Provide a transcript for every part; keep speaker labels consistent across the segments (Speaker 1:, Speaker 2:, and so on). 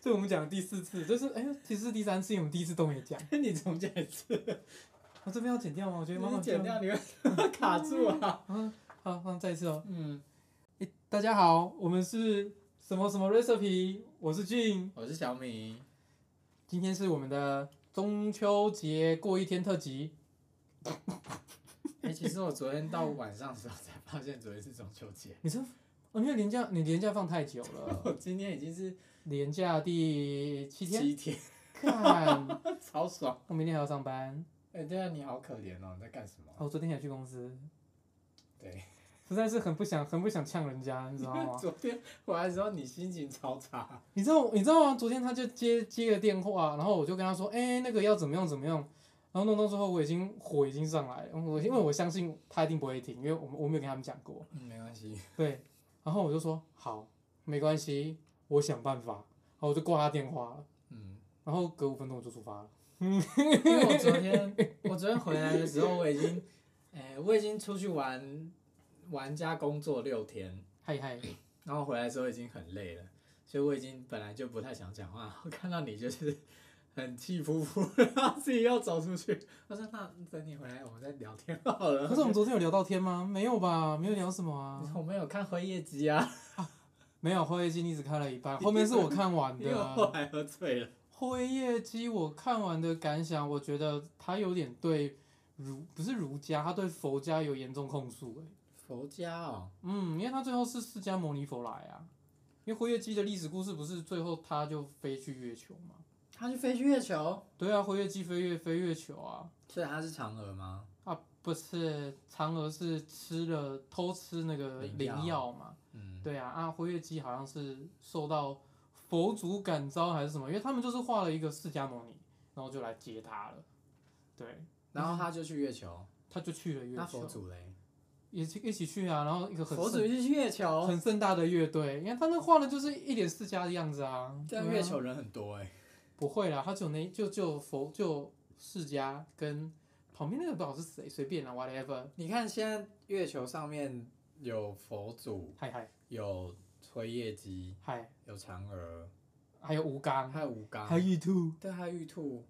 Speaker 1: 这我们讲第四次，这是哎、其实是第三次，因为我们第一次都没讲。
Speaker 2: 你重讲一 次，
Speaker 1: 我、这边要剪掉吗？我觉
Speaker 2: 你
Speaker 1: 得慢慢
Speaker 2: 剪。掉你 会卡住啊。
Speaker 1: 嗯，好，那再一次哦。
Speaker 2: 嗯，
Speaker 1: 哎、大家好，我们是什么什么 recipe，我是俊，
Speaker 2: 我是小米，
Speaker 1: 今天是我们的中秋节过一天特辑。
Speaker 2: 哎、其实我昨天到晚上的时候才发现昨天是中秋节，
Speaker 1: 你这哦，因为连假你连假放太久了，
Speaker 2: 我今天已经是
Speaker 1: 连假第七天，
Speaker 2: 七天，
Speaker 1: 看
Speaker 2: 超爽。
Speaker 1: 我明天还要上班。
Speaker 2: 哎、对啊，你好可怜哦，你在干什么？
Speaker 1: 哦，我昨天也去公司，
Speaker 2: 对，？
Speaker 1: 实在是很不想很不想呛人家，你知道吗
Speaker 2: 昨天回来的时候你心情超差，
Speaker 1: 你知道你知道吗？昨天他就接接了电话，然后我就跟他说，哎、那个要怎么样怎么样，然后弄到最后我已经火已经上来了，我因为我相信他一定不会听，因为我们我没有跟他们讲过，
Speaker 2: 嗯，没关系。
Speaker 1: 对，然后我就说好，没关系，我想办法，然后我就挂他电话了，
Speaker 2: 嗯，
Speaker 1: 然后隔五分钟我就出 发了，
Speaker 2: 因为我昨天我昨天回来的时候，我已经，哎、我已经出去玩玩加工作六天，
Speaker 1: 嗨嗨，
Speaker 2: 然后回来的时候已经很累了，所以我已经本来就不太想讲话。我看到你就是很气呼呼，然后自己要走出去，我说那等你回来我们再聊天好了。
Speaker 1: 可是我们昨天有聊到天吗？没有吧，没有聊什么啊，
Speaker 2: 我们有看辉夜姬啊，
Speaker 1: 没有，后夜机一直 看了一半，后面是我看完
Speaker 2: 因为我后
Speaker 1: 的。啊
Speaker 2: 来喝醉了。
Speaker 1: 后夜机我看完的感想，我觉得他有点对儒不是儒家，他对佛家有严重控诉、欸，
Speaker 2: 佛家哦，
Speaker 1: 嗯，因为他最后是释迦牟尼佛来啊，因为辉夜姬的历史故事不是最后他就飞去月球吗？
Speaker 2: 他去飞去月球，
Speaker 1: 对啊，辉夜姬飞月飞月球啊
Speaker 2: 所以他是嫦娥吗？
Speaker 1: 啊，不是嫦娥是吃了偷吃那个
Speaker 2: 灵药
Speaker 1: 灵药嘛？
Speaker 2: 嗯，
Speaker 1: 对啊，啊辉夜姬好像是受到佛祖感召还是什么，因为他们就是画了一个释迦牟尼，然后就来接他了，对，
Speaker 2: 然后他就去月球，
Speaker 1: 他就去了月
Speaker 2: 那佛
Speaker 1: 球，
Speaker 2: 祖嘞？
Speaker 1: 也去一起去啊，然后一个很
Speaker 2: 佛祖
Speaker 1: 盛
Speaker 2: 去月球，
Speaker 1: 很盛大的乐队，你看他那画的就是一脸释迦的样子啊，
Speaker 2: 但
Speaker 1: 对啊
Speaker 2: 月球人很多哎、
Speaker 1: 不会啦，他只有那就就佛就释迦跟旁边那个不知道是谁，随便啦，whatever。
Speaker 2: 你看现在月球上面有佛祖，
Speaker 1: 嗨嗨
Speaker 2: 有灰夜姬，
Speaker 1: 嗨，
Speaker 2: 有嫦娥，
Speaker 1: 还有吴刚，
Speaker 2: 还有吴刚，
Speaker 1: 嗯还有玉兔，
Speaker 2: 对，还有玉兔，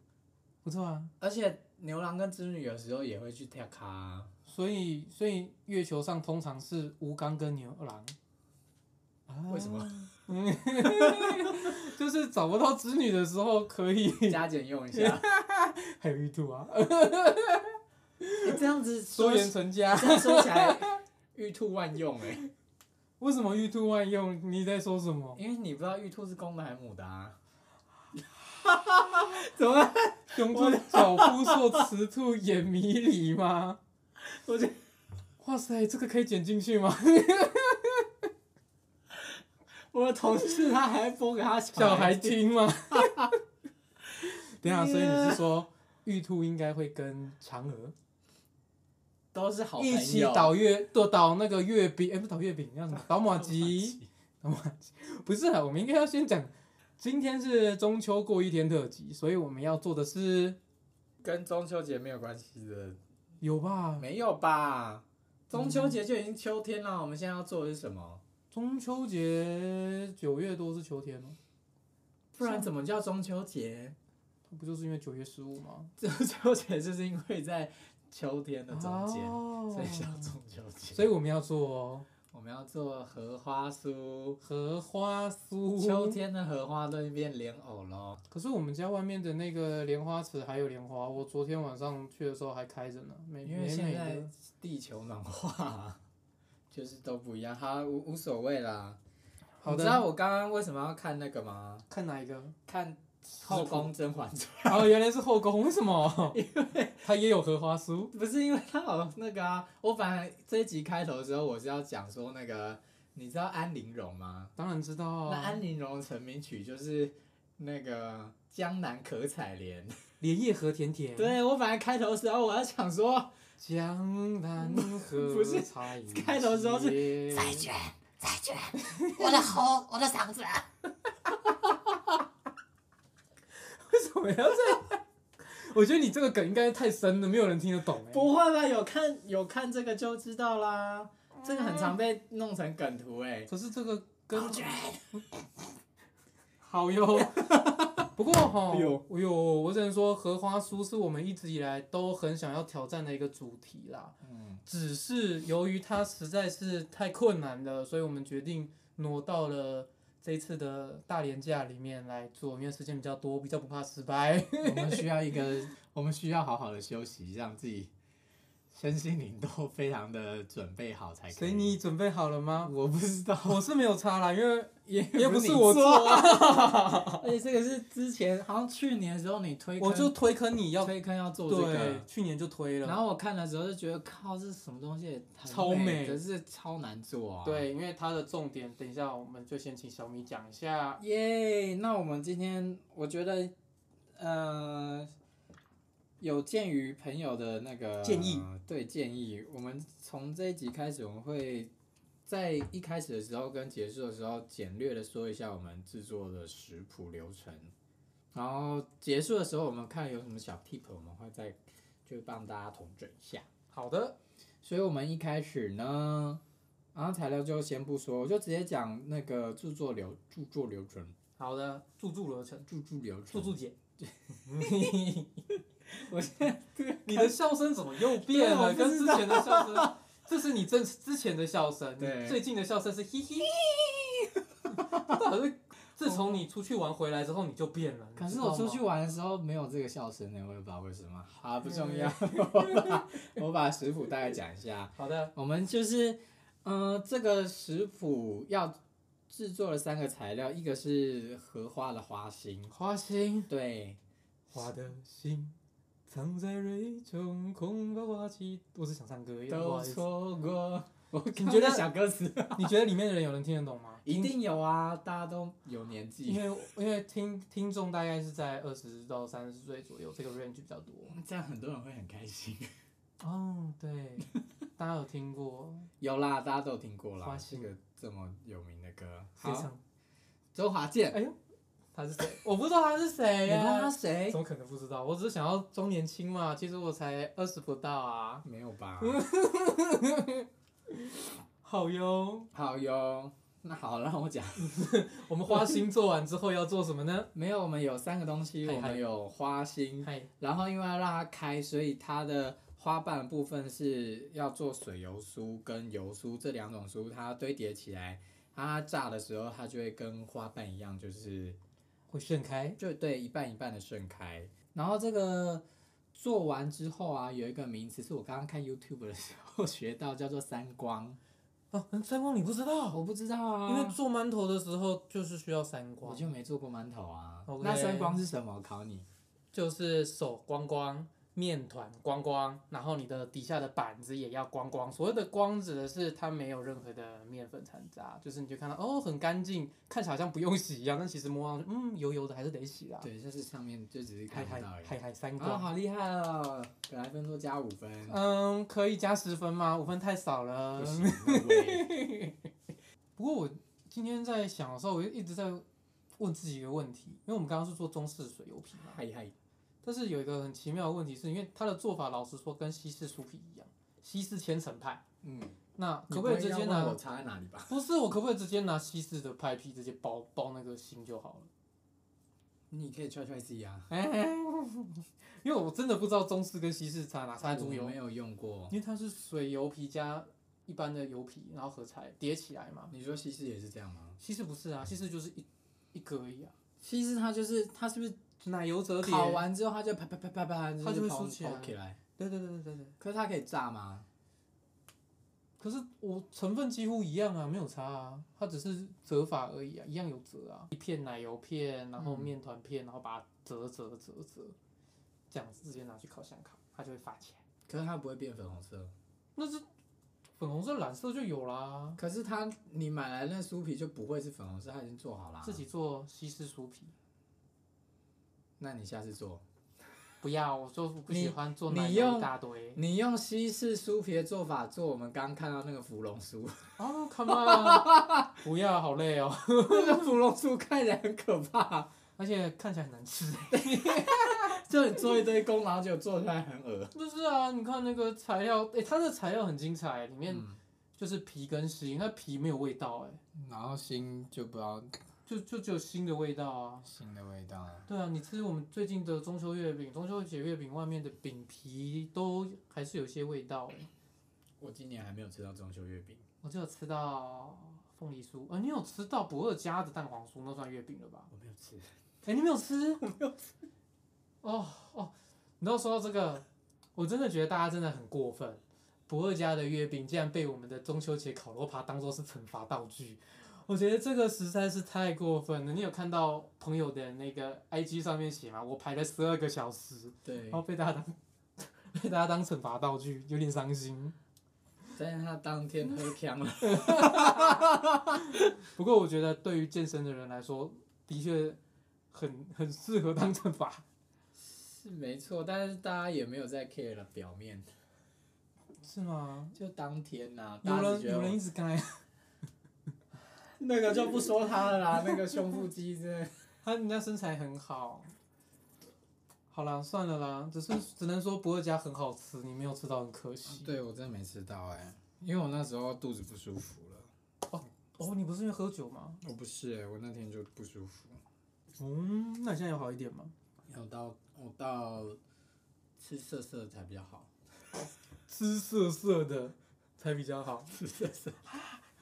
Speaker 1: 不错啊。
Speaker 2: 而且牛郎跟织女有时候也会去跳卡，
Speaker 1: 所以所以月球上通常是吴刚跟牛郎。啊
Speaker 2: 为什么？
Speaker 1: 就是找不到织女的时候可以，
Speaker 2: 加减用一下，
Speaker 1: 还有玉兔啊，
Speaker 2: 欸这样子说
Speaker 1: 多元成家。
Speaker 2: 这样说起来，玉兔万用哎、
Speaker 1: 为什么玉兔万用？你在说什么？
Speaker 2: 因为你不知道玉兔是公的还是母的啊。 怎么？
Speaker 1: 雄兔脚夫说雌兔眼迷离吗？
Speaker 2: 我觉得
Speaker 1: 哇塞，这个可以剪进去吗？
Speaker 2: 我的同事他还播给他
Speaker 1: 小孩
Speaker 2: 孩听，
Speaker 1: 听 吗？等一下，所以
Speaker 2: 哎
Speaker 1: 你是说玉兔应该会跟嫦娥
Speaker 2: 都是好朋
Speaker 1: 一
Speaker 2: 友
Speaker 1: 起捣月，都捣那个月饼？哎、不是捣月饼，叫什么？捣马吉？， 不是啊，我们应该要先讲，今天是中秋过一天特辑，所以我们要做的是
Speaker 2: 跟中秋节没有关系的，
Speaker 1: 有吧？
Speaker 2: 没有吧？中秋
Speaker 1: 嗯
Speaker 2: 节就已经秋天了，我们现在要做的是什么？
Speaker 1: 中秋节九月多是秋天吗？哦
Speaker 2: 不然怎么叫中秋节？
Speaker 1: 不就是因为九月十五吗？
Speaker 2: 中秋节就是因为在秋天的中间，
Speaker 1: 哦
Speaker 2: 所以叫中秋节。
Speaker 1: 所以我们要做
Speaker 2: 我们要做荷花酥，
Speaker 1: 荷花酥。
Speaker 2: 秋天的荷花都已经变莲藕喽。
Speaker 1: 可是我们家外面的那个莲花池还有莲花，我昨天晚上去的时候还开着呢，美
Speaker 2: 因为
Speaker 1: 美
Speaker 2: 现
Speaker 1: 美
Speaker 2: 在
Speaker 1: 的。
Speaker 2: 地球暖化， 就是都不一样，它无无所谓啦。
Speaker 1: 好
Speaker 2: 你知
Speaker 1: 的，
Speaker 2: 道我刚刚为什么要看那个吗？
Speaker 1: 看哪一个？
Speaker 2: 看《后宫甄嬛传
Speaker 1: 哦，原来是后宫，为什么？因为它也有荷花酥。》，
Speaker 2: 不是因为它有那个啊。我本来这一集开头的时候，我是要讲说那个，你知道安陵容吗？
Speaker 1: 当然知道
Speaker 2: 那
Speaker 1: 啊，
Speaker 2: 安陵容的成名曲就是那个《江南可采莲》
Speaker 1: 莲叶何田田，
Speaker 2: 对我本来开头的时候，我要想说
Speaker 1: 江南何
Speaker 2: 不是
Speaker 1: 采莲
Speaker 2: 开头的时候
Speaker 1: 是
Speaker 3: 再卷，
Speaker 1: 嗯
Speaker 3: 再卷，我的喉，我的嗓 子啊。
Speaker 1: 为 什么要这样？我觉得你这个梗应该太深了，没有人听得懂哎、
Speaker 2: 不会吧？有看有看这个就知道啦，这个很常被弄成梗图哎、
Speaker 1: 可是这个跟
Speaker 3: 好卷，
Speaker 1: 好哟。 不过哈，
Speaker 2: 哎呦
Speaker 1: 哎呦，我只能说荷花酥是我们一直以来都很想要挑战的一个主题啦。
Speaker 2: 嗯，
Speaker 1: 只是由于它实在是太困难了，所以我们决定挪到了这一次的大廉假里面来做，因为时间比较多，比较不怕失败。
Speaker 2: 我们需要一个，我们需要好好的休息，让自己身心灵都非常的准备好才可以。
Speaker 1: 所以你准备好了吗？
Speaker 2: 我不知道，
Speaker 1: 我是没有差啦，因为
Speaker 2: 也
Speaker 1: 也
Speaker 2: 不
Speaker 1: 不
Speaker 2: 你
Speaker 1: 是我做啊，
Speaker 2: 而且这个是之前好像去年的时候你推坑，
Speaker 1: 我就推坑你要
Speaker 2: 推坑要做这
Speaker 1: 对
Speaker 2: 个，，
Speaker 1: 去年就推
Speaker 2: 然
Speaker 1: 了，
Speaker 2: 后我看的时候就觉得靠，这是什么东西也很
Speaker 1: 啊超
Speaker 2: 美，
Speaker 1: 美
Speaker 2: 可是超难做啊。，
Speaker 1: 对，因为它的重点，等一下我们就先请小米讲一下。
Speaker 2: 耶那我们今天我觉得，呃，有鉴于朋友的那个
Speaker 1: 建议，
Speaker 2: 对建议，我们从这一集开始，我们会在一开始的时候跟结束的时候，简略的说一下我们制作的食谱流程，然后结束的时候，我们看有什么小 tip，我们会再就帮大家统整一下。
Speaker 1: 好的，
Speaker 2: 所以我们一开始呢，然后材料就先不说，我就直接讲那个著作流著作流程。
Speaker 1: 好的，助助流程，
Speaker 2: 住住流
Speaker 1: 助
Speaker 2: 程，
Speaker 1: 助姐，
Speaker 2: 我现在
Speaker 1: 你的笑声怎么 又变了？
Speaker 2: 对我
Speaker 1: 跟
Speaker 2: 不知
Speaker 1: 之
Speaker 2: 道
Speaker 1: 前的笑声，这是你正之前的笑声，
Speaker 2: 对
Speaker 1: 你最近的笑声是嘿嘿。 到底是自从你出去玩回来之后，你就变了。
Speaker 2: 可
Speaker 1: 你知
Speaker 2: 是
Speaker 1: 道
Speaker 2: 我
Speaker 1: 吗
Speaker 2: 出去，玩的时候没有这个笑声呢，我也不知道为什么。好、不重要，
Speaker 1: 嗯
Speaker 2: 我把食谱大概讲一下。
Speaker 1: 好的，
Speaker 2: 我们就是，嗯、这个食谱要制作了三个材料，一个是荷花的花心，
Speaker 1: 花心，
Speaker 2: 对，
Speaker 1: 花的心。藏在蕊中，空把花期。我只想唱歌耶，不
Speaker 2: 都
Speaker 1: 好意思。
Speaker 2: 错过。 我
Speaker 1: 觉
Speaker 2: 刚才
Speaker 1: 得
Speaker 2: 想歌词？
Speaker 1: 你觉得里面的人有人听得懂吗？
Speaker 2: 一定有啊，大家都有年
Speaker 1: 因
Speaker 2: 纪，
Speaker 1: 为因为听听众大概是在二十到三十岁左右，这个 range 比较多。
Speaker 2: 这样很多人会很开心。
Speaker 1: 哦，对， 大家有听过
Speaker 2: 有啦，大家都有听过啦，
Speaker 1: 花
Speaker 2: 这
Speaker 1: 心
Speaker 2: 个这么有名的歌。
Speaker 1: 谁
Speaker 2: 好，
Speaker 1: 唱？
Speaker 2: 周华健。
Speaker 1: 哎呦，他是谁？ 我不知道他是谁
Speaker 2: 哎你不知道
Speaker 1: 呀、哎
Speaker 2: 他谁
Speaker 1: 怎？么可能不知道？我只是想要装年轻嘛，其实我才二十不到啊。
Speaker 2: 没有吧？
Speaker 1: 好哟，
Speaker 2: 好哟，那好，让我讲。
Speaker 1: 我们花心做完之后要做什么 呢？
Speaker 2: 没有，我们有三个东西，
Speaker 1: 嗨
Speaker 2: 我们
Speaker 1: 嗨
Speaker 2: 有花心，
Speaker 1: 嗨，
Speaker 2: 然后因为要让它开，所以它的花瓣的部分是要做水油酥跟油酥这两种酥，它堆叠起来，它炸的时候它就会跟花瓣一样，就是
Speaker 1: 会盛开。
Speaker 2: 就对一半一半的盛开。然后这个做完之后啊，有一个名词是我刚刚看 YouTube 的时候学到，叫做三光。
Speaker 1: 哦，三光你不知道，
Speaker 2: 我不知道啊，
Speaker 1: 因为做馒头的时候就是需要三
Speaker 2: 我
Speaker 1: 光，
Speaker 2: 就没做过馒头啊。
Speaker 1: OK
Speaker 2: 那三光是什么？我考你。
Speaker 1: 就是手光光。面团光光，然后你的底下的板子也要光光。所谓的光指的是它没有任何的面粉残渣，就是你就看到哦很干净，看起来好像不用洗一样，但其实摸上去嗯油油的，还是得洗啦。
Speaker 2: 对，就是上面就只是
Speaker 1: 嗨
Speaker 2: 看不
Speaker 1: 嗨
Speaker 2: 到而已。
Speaker 1: 嗨嗨三
Speaker 2: 啊，
Speaker 1: 光，
Speaker 2: 好厉害哦！本来分数加五分，
Speaker 1: 嗯，可以加十分吗？五分太少了
Speaker 2: 不。行，那我也
Speaker 1: 不过我今天在想的时候，我就一直在问自己一个问题，因为我们刚刚是做中式水油皮嘛，
Speaker 2: 嗨嗨，
Speaker 1: 但是有一个很奇妙的问题是，因为它的做法老实说跟西式酥皮一样，西式千层派，
Speaker 2: 嗯，
Speaker 1: 那
Speaker 2: 你
Speaker 1: 可不可以直
Speaker 2: 要
Speaker 1: 接
Speaker 2: 问
Speaker 1: 拿
Speaker 2: 我？差在哪里吧？
Speaker 1: 不是，我可不可以直接拿西式的派皮直接包包那个心就好了？
Speaker 2: 你可以 try try see 啊，
Speaker 1: 哎、 因为我真的不知道中式跟西式差哪差
Speaker 2: 我
Speaker 1: 猪油
Speaker 2: 没，有用过。
Speaker 1: 因为它是水油皮加一般的油皮，然后合材叠起来嘛。
Speaker 2: 你说西施也是这样吗？
Speaker 1: 西式不是啊，西式就是一一格而已啊，
Speaker 2: 西施它就是它是不是
Speaker 1: 奶油折叠。
Speaker 2: 烤完之后它就啪啪啪啪啪，
Speaker 1: 它就会缩
Speaker 2: 蓬
Speaker 1: 起来
Speaker 2: 蓬起来？
Speaker 1: 对对对对对对。
Speaker 2: 可是它可以炸吗？
Speaker 1: 可是我成分几乎一样啊，没有差啊，它只是折法而已啊，一样有折啊，一片奶油片，然后
Speaker 2: 嗯
Speaker 1: 面团片，然后把它折折折折，这样子直接拿去烤箱烤，它就会发起来。
Speaker 2: 可是它不会变粉红色。
Speaker 1: 那是粉红色、蓝色就有啦，
Speaker 2: 可是它你买来那酥皮就不会是粉红色，它已经做好啦。啊
Speaker 1: 自己，做西式酥皮。
Speaker 2: 那你下次做，
Speaker 1: 不要，我说我不
Speaker 2: 你
Speaker 1: 喜欢做
Speaker 2: 你
Speaker 1: 奶油
Speaker 2: 用
Speaker 1: 一大 堆。
Speaker 2: 你用西式酥皮的做法做我们刚刚看到那个芙蓉酥。
Speaker 1: 哦、come on，不要，好累哦，
Speaker 2: 那个芙蓉酥看起来很可怕，
Speaker 1: 而且看起来很难吃。
Speaker 2: 就你做一堆工，然后就做出来很恶。
Speaker 1: 不是啊，你看那个材料，诶，它的材料很精彩，里面
Speaker 2: 嗯
Speaker 1: 就是皮跟心，它皮没有味道、诶，
Speaker 2: 然后心就不知道，
Speaker 1: 就就只有新的味道啊。
Speaker 2: 新的味道。
Speaker 1: 对啊，你吃我们最近的中秋月饼，中秋节月饼外面的饼皮都还是有些味道欸、
Speaker 2: 我今年还没有吃到中秋月饼，
Speaker 1: 我只有吃到凤梨酥，呃，你有吃到不二家的蛋黄酥，那算月饼了吧？
Speaker 2: 我没有吃。
Speaker 1: 哎、你没有吃？ 我没有吃。哦哦，你要说到这个，我真的觉得大家真的很过分。不二家的月饼竟然被我们的中秋节烤肉趴当做是惩罚道具，我觉得这个实在是太过分了。你有看到朋友的那个 IG 上面写吗？我排了十二个小时，
Speaker 2: 对
Speaker 1: 然，后被大家当 被大家当惩罚道具，有点伤心。
Speaker 2: 但是他当天喝 呛了。
Speaker 1: 不过我觉得对于健身的人来说，的确很很适合当惩罚。
Speaker 2: 是没错，但是大家也没有在 care 了，表面
Speaker 1: 是吗？
Speaker 2: 就当天呐、
Speaker 1: 有
Speaker 2: 大家只
Speaker 1: 人
Speaker 2: 觉
Speaker 1: 有
Speaker 2: 得
Speaker 1: 人一
Speaker 2: 我
Speaker 1: 直该。
Speaker 2: 那个就不说他了啦，那个胸腹肌真的
Speaker 1: 他人家身材很好。好啦，算了啦，只是只能说不二家很好吃，你没有吃到很可惜。
Speaker 2: 对我真的没吃到哎、因为我那时候肚子不舒服了。
Speaker 1: 哦，你不是因为喝酒吗？
Speaker 2: 我不是哎、我那天就不舒服，
Speaker 1: 嗯，那你现在有好一点吗？
Speaker 2: 要到我到吃色色才比较好。
Speaker 1: 吃色色的才比较好，
Speaker 2: 吃色色，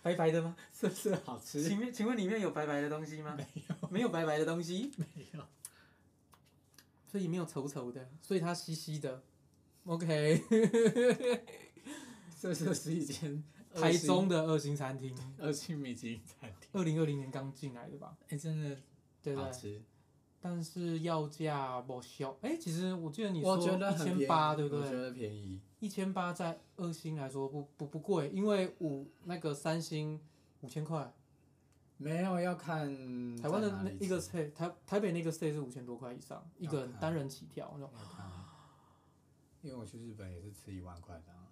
Speaker 1: 白白的吗？
Speaker 2: 色色好吃。
Speaker 1: 请问请问里面有白白的东西吗？没有，没有白白的东西，没
Speaker 2: 有，
Speaker 1: 所以没有稠稠的，所以它稀稀的。OK，
Speaker 2: 色色是一间
Speaker 1: 台中的二星餐厅，
Speaker 2: 二星米其林餐厅，
Speaker 1: 二零二零年刚进来的吧？
Speaker 2: 哎、真的
Speaker 1: 对不
Speaker 2: 好
Speaker 1: 对？
Speaker 2: 吃。
Speaker 1: 但是要价不小。哎、其实我记得你说
Speaker 2: 我觉得
Speaker 1: 一
Speaker 2: 很便宜
Speaker 1: 千八，对不
Speaker 2: 我觉
Speaker 1: 对？
Speaker 2: 得便宜。
Speaker 1: 一千八在二星来说不不不贵，因为五那个三星五千块，
Speaker 2: 没有要看
Speaker 1: 台湾的
Speaker 2: 嗯在哪
Speaker 1: 那
Speaker 2: 里
Speaker 1: 一个
Speaker 2: 吃
Speaker 1: stay 台台北那个 stay 是五千多块以上，一个人
Speaker 2: 要看
Speaker 1: 单人起跳那种
Speaker 2: 要看因为我去日本也是吃一万块的啊、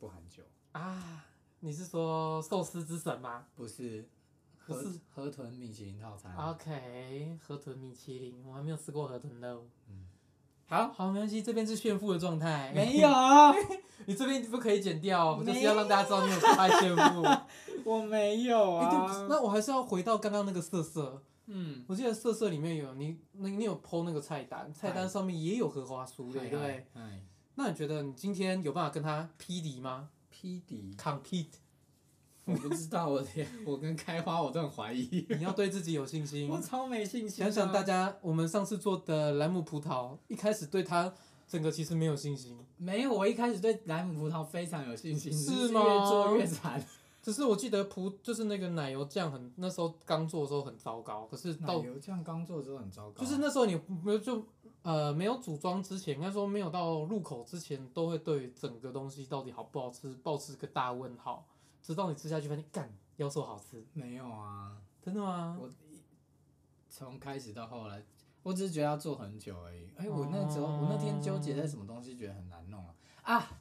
Speaker 2: 不含酒，
Speaker 1: 啊。你是说寿司之神吗
Speaker 2: 不是啊
Speaker 1: 不
Speaker 2: 河
Speaker 1: 是
Speaker 2: 河豚米其林套餐。
Speaker 1: ？OK，河豚米其林，我还没有吃过河豚肉。
Speaker 2: 嗯
Speaker 1: 好好，没关系，这边是炫富的状态。
Speaker 2: 没 有，啊
Speaker 1: 你这边不可以剪掉哦，我就是
Speaker 2: 没
Speaker 1: 要让大家知道你有多爱炫富。
Speaker 2: 我没有
Speaker 1: 哎、对不
Speaker 2: 啊
Speaker 1: 是。那我还是要回到刚刚那个色色，
Speaker 2: 嗯，
Speaker 1: 我记得色色里面有你，你你有剖那个菜单，菜单上面也有荷花酥，
Speaker 2: 哎
Speaker 1: 对不对？
Speaker 2: 嗨？嗨
Speaker 1: 那你觉得你今天有办法跟他匹敌吗
Speaker 2: 劈底，
Speaker 1: ？Compete，
Speaker 2: 我不知道，我天，我跟开花我都很怀疑，
Speaker 1: 你要对自己有信心。
Speaker 2: 我超没信心啊。
Speaker 1: 想想大家，我们上次做的莱姆葡萄，一开始对它整个其实没有信心，
Speaker 2: 没有，我一开始对莱姆葡萄非常有信心，
Speaker 1: 是
Speaker 2: 只
Speaker 1: 吗
Speaker 2: 越做越 惨。
Speaker 1: 只是我记得葡就是那个奶油酱很那时候刚做的时候很糟糕，可是
Speaker 2: 奶
Speaker 1: 到
Speaker 2: 油酱刚做的时候很糟糕，
Speaker 1: 就是那时候你没有就呃没有组装之前，应该说没有到入口之前，都会对整个东西到底好不好吃抱持个大问号，直到你吃下去发现，干，要说好吃，
Speaker 2: 没有啊。
Speaker 1: 真的吗？
Speaker 2: 我从开始到后来，我只是觉得要做很久而已。哎、我那时候、我那天纠结在什么东西，觉得很难弄啊啊！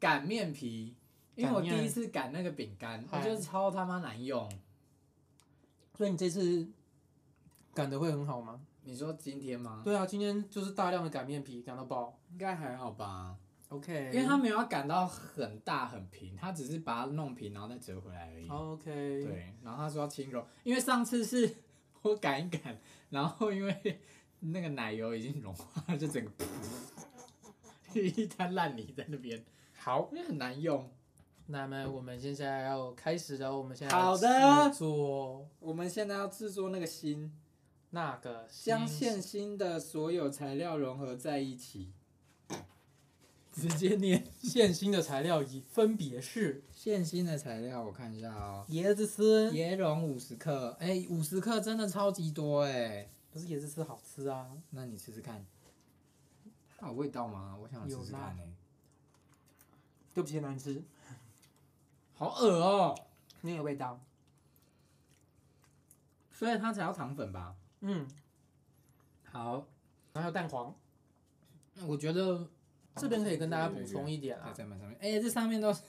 Speaker 2: 擀面皮，因为我
Speaker 1: 擀
Speaker 2: 第
Speaker 1: 面
Speaker 2: 一次擀那个饼干，我
Speaker 1: 嗨
Speaker 2: 觉得超他妈难用。
Speaker 1: 所以你这次擀的会很好吗？
Speaker 2: 你说今天吗？
Speaker 1: 对啊，今天就是大量的擀面皮擀到爆
Speaker 2: 应该还好吧，
Speaker 1: ，OK，
Speaker 2: 因为它没有要擀到很大很平，它只是把它弄平，然后再折回来而已。
Speaker 1: OK，，
Speaker 2: 对，然后他说要轻柔，因为上次是 我擀一擀，然后因为那个奶油已经融化了，就整个 一滩烂泥在那边，
Speaker 1: 好，
Speaker 2: 因为很难用。
Speaker 1: 那么我们现在要开始了，我们现在
Speaker 2: 好的
Speaker 1: 制作
Speaker 2: 我们现在要制作那个心，
Speaker 1: 那个
Speaker 2: 将
Speaker 1: 新
Speaker 2: 现心的所有材料融合在一起，直接念
Speaker 1: 现新的材料以分别是
Speaker 2: 现心的材料，我看一下哦。
Speaker 1: 椰子丝，
Speaker 2: 椰蓉五十克，哎、五十克真的超级多哎、
Speaker 1: 不是椰子丝好吃啊，
Speaker 2: 那你吃吃看，它有味道吗？我想
Speaker 1: 有
Speaker 2: 吃吃
Speaker 1: 辣
Speaker 2: 看呢、哎
Speaker 1: 对不起难吃，
Speaker 2: 好恶哦、
Speaker 1: 没有味道。
Speaker 2: 所以它才要糖粉吧？
Speaker 1: 嗯，
Speaker 2: 好，
Speaker 1: 然后还有蛋黄，
Speaker 2: 啊我觉得
Speaker 1: 这边可以跟大家补充一点
Speaker 2: 在
Speaker 1: 啊，
Speaker 2: 砧板上面，哎、这上面都是，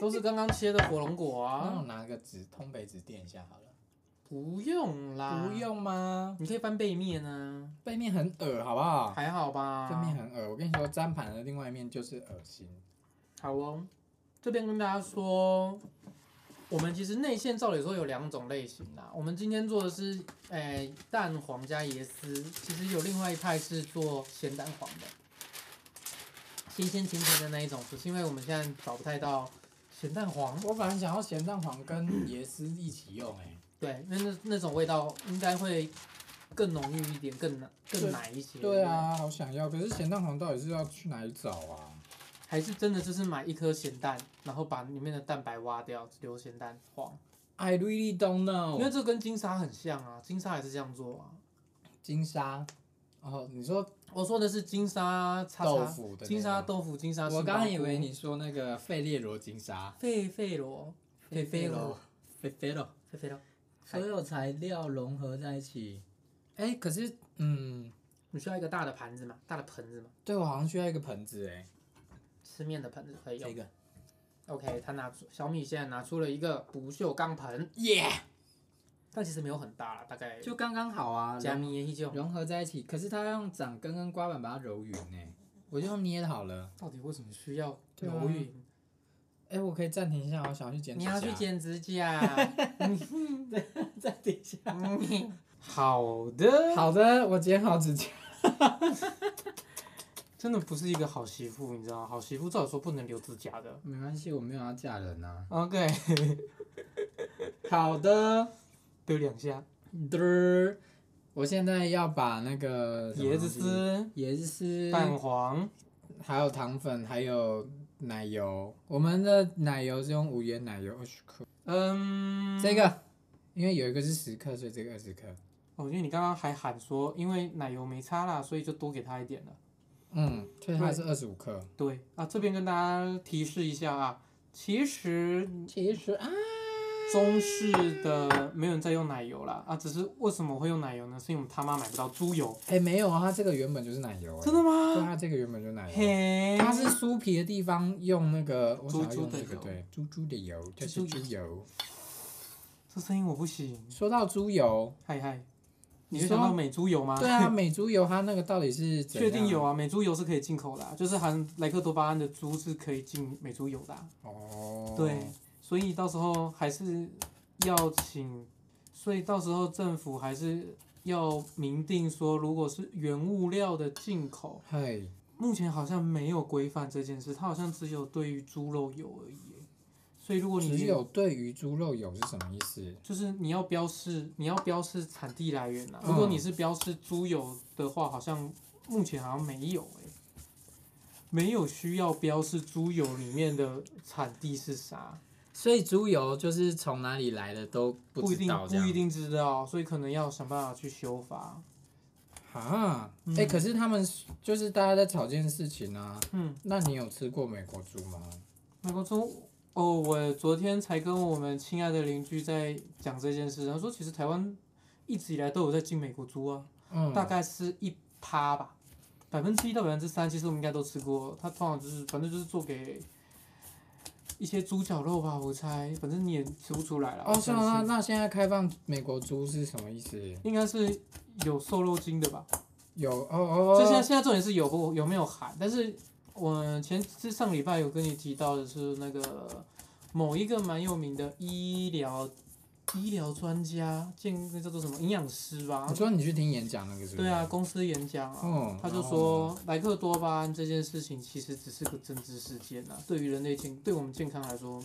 Speaker 1: 都是刚刚切的火龙果
Speaker 2: 那
Speaker 1: 啊
Speaker 2: 我，拿个纸，通北纸垫一下好了。
Speaker 1: 不用啦，
Speaker 2: 不，用吗？
Speaker 1: 你可以翻背面啊，
Speaker 2: 背面很恶，好不好？
Speaker 1: 还好吧，
Speaker 2: 背啊面很恶，我跟你说，粘盘的另外一面就是恶心。
Speaker 1: 好哦，这边跟大家说，我们其实内馅照理说有两种类型啦。我们今天做的是，诶、蛋黄加椰丝。其实有另外一派是做咸蛋黄的，新鲜甜甜的那一种，只是因为我们现在找不太到咸蛋黄。
Speaker 2: 我本来想要咸蛋黄跟椰丝一起用、欸，哎，
Speaker 1: 对，那那那种味道应该会更浓郁一点，更奶更
Speaker 2: 对
Speaker 1: 奶一些。
Speaker 2: 对啊，好想要。可是咸蛋黄到底是要去哪里找啊？
Speaker 1: 不对，还是真的就是买一颗咸蛋，然后把里面的蛋白挖掉，只留咸蛋黄。
Speaker 2: I really don't
Speaker 1: 因为
Speaker 2: know。
Speaker 1: 这跟金沙很像啊，金沙也是这样做啊。
Speaker 2: 金沙，哦，你说
Speaker 1: 我说的是金沙叉
Speaker 2: 豆
Speaker 1: 叉，
Speaker 2: 腐的那个
Speaker 1: 金沙豆腐，金沙杏鲍
Speaker 2: 我
Speaker 1: 菇。
Speaker 2: 刚刚以为你说那个费列罗金沙，
Speaker 1: 狒狒罗，狒狒罗，，
Speaker 2: 费费罗，
Speaker 1: 狒狒罗，
Speaker 2: 所有材料融合在一起。哎、可是，嗯，
Speaker 1: 你需要一个大的盘子嘛，大的盆子嘛，
Speaker 2: 对我好像需要一个盆子、欸，
Speaker 1: 吃面的盆子可
Speaker 2: 哎，
Speaker 1: 以用。
Speaker 2: 个，
Speaker 1: OK，他拿出小米现在拿出了一个不锈钢盆，
Speaker 2: 耶、
Speaker 1: 但其实没有很大啦，大概
Speaker 2: 就刚刚好啊，
Speaker 1: 加
Speaker 2: 融
Speaker 1: 米也就。
Speaker 2: 融合在一起。可是它要用掌根跟刮板把它揉匀呢、我就用捏的好了。
Speaker 1: 到底为什么需要
Speaker 2: 对啊
Speaker 1: 犹豫？
Speaker 2: 哎、我可以暂停一下，我想去剪
Speaker 1: 你
Speaker 2: 指甲。
Speaker 1: 要去剪指 甲？
Speaker 2: 暂停一下。
Speaker 1: 嗯好的，
Speaker 2: 好的，我剪好指甲。
Speaker 1: 真的不是一个好媳妇，你知道吗？好媳妇照理说不能留指甲的。
Speaker 2: 没关系，我没有要嫁人啊。
Speaker 1: OK，
Speaker 2: 好的，
Speaker 1: 丢两下，
Speaker 2: 嘚儿，我现在要把那个什么
Speaker 1: 椰子
Speaker 2: 东西、
Speaker 1: 丝、
Speaker 2: 椰子丝、
Speaker 1: 蛋黄，
Speaker 2: 还有糖粉，还有奶油。我们的奶油是用无盐奶油二十克，
Speaker 1: 嗯，
Speaker 2: 这个因为有一个是十克，所以这个二十克。
Speaker 1: 哦，因为你刚刚还喊说，因为奶油没差啦，所以就多给他一点了。
Speaker 2: 嗯，所以它是二十五克。
Speaker 1: 对啊，这边跟大家提示一下啊，其实
Speaker 2: 其实啊，
Speaker 1: 中式的没有人在用奶油啦，啊，只是为什么会用奶油呢？是因为我们他妈买不到猪油。
Speaker 2: 哎、没有啊，它这个原本就是奶油、哎
Speaker 1: 真的
Speaker 2: 对，
Speaker 1: 吗？
Speaker 2: 它这个原本就是奶油。啊
Speaker 1: 嘿，
Speaker 2: 它是酥皮的地方用那个，我
Speaker 1: 猪
Speaker 2: 想要
Speaker 1: 猪
Speaker 2: 用
Speaker 1: 的
Speaker 2: 这个
Speaker 1: 油
Speaker 2: 对，猪猪的油，就是
Speaker 1: 猪
Speaker 2: 猪油。
Speaker 1: 这声音我不行。
Speaker 2: 说到猪油，
Speaker 1: 嗨嗨，你
Speaker 2: 你
Speaker 1: 是想到
Speaker 2: 说
Speaker 1: 美猪油吗？
Speaker 2: 对啊，美猪油它那个到底是怎
Speaker 1: 确定有
Speaker 2: 样
Speaker 1: 啊，美猪油是可以进口的啊、就是含莱克多巴胺的猪是可以进美猪油的啊、
Speaker 2: 哦，
Speaker 1: 对，所以到时候还是要请，所以到时候政府还是要明定说，如果是原物料的进口，
Speaker 2: 嘿，
Speaker 1: 目前好像没有规范这件事，它好像只有对于猪肉有而已耶。所以如果你
Speaker 2: 只有对于猪肉油是什么意思？
Speaker 1: 就是你要标示，你要标示产地来源啊。
Speaker 2: 嗯
Speaker 1: 如果你是标示猪油的话，好像目前好像没有诶、没有需要标示猪油里面的产地是啥。
Speaker 2: 所以猪油就是从哪里来的都
Speaker 1: 不一
Speaker 2: 知
Speaker 1: 定
Speaker 2: 道
Speaker 1: 不
Speaker 2: 这样
Speaker 1: 一定知道，所以可能要想办法去修法。
Speaker 2: 啊。哎、
Speaker 1: 嗯
Speaker 2: 可是他们就是大家在吵这件事情啊。
Speaker 1: 嗯，
Speaker 2: 那你有吃过美国猪吗？
Speaker 1: 美国猪哦，我昨天才跟我们亲爱的邻居在讲这件事，他说其实台湾一直以来都有在进美国猪啊，
Speaker 2: 嗯，
Speaker 1: 大概是一趴吧，百分之一到百分之三，其实我们应该都吃过。它通常就是反正就是做给一些猪脚肉吧，我猜，反正你也吃不出来了。我
Speaker 2: 哦，是
Speaker 1: 相信
Speaker 2: 啊。那那现在开放美国猪是什么意思？
Speaker 1: 应该是有瘦肉精的吧。
Speaker 2: 有哦哦，
Speaker 1: 所以现在现在重点是有不有没有含，但是我前是上个礼拜有跟你提到的是那个某一个蛮有名的医疗医疗专家，健那叫做什么营养师吧
Speaker 2: 你？说你去听演讲那个是不是？
Speaker 1: 对啊，，公司演讲啊，
Speaker 2: 嗯，
Speaker 1: 他就
Speaker 2: 然后呢，
Speaker 1: 说莱克多巴胺这件事情其实只是个政治事件啊，对于人类健对我们健康来说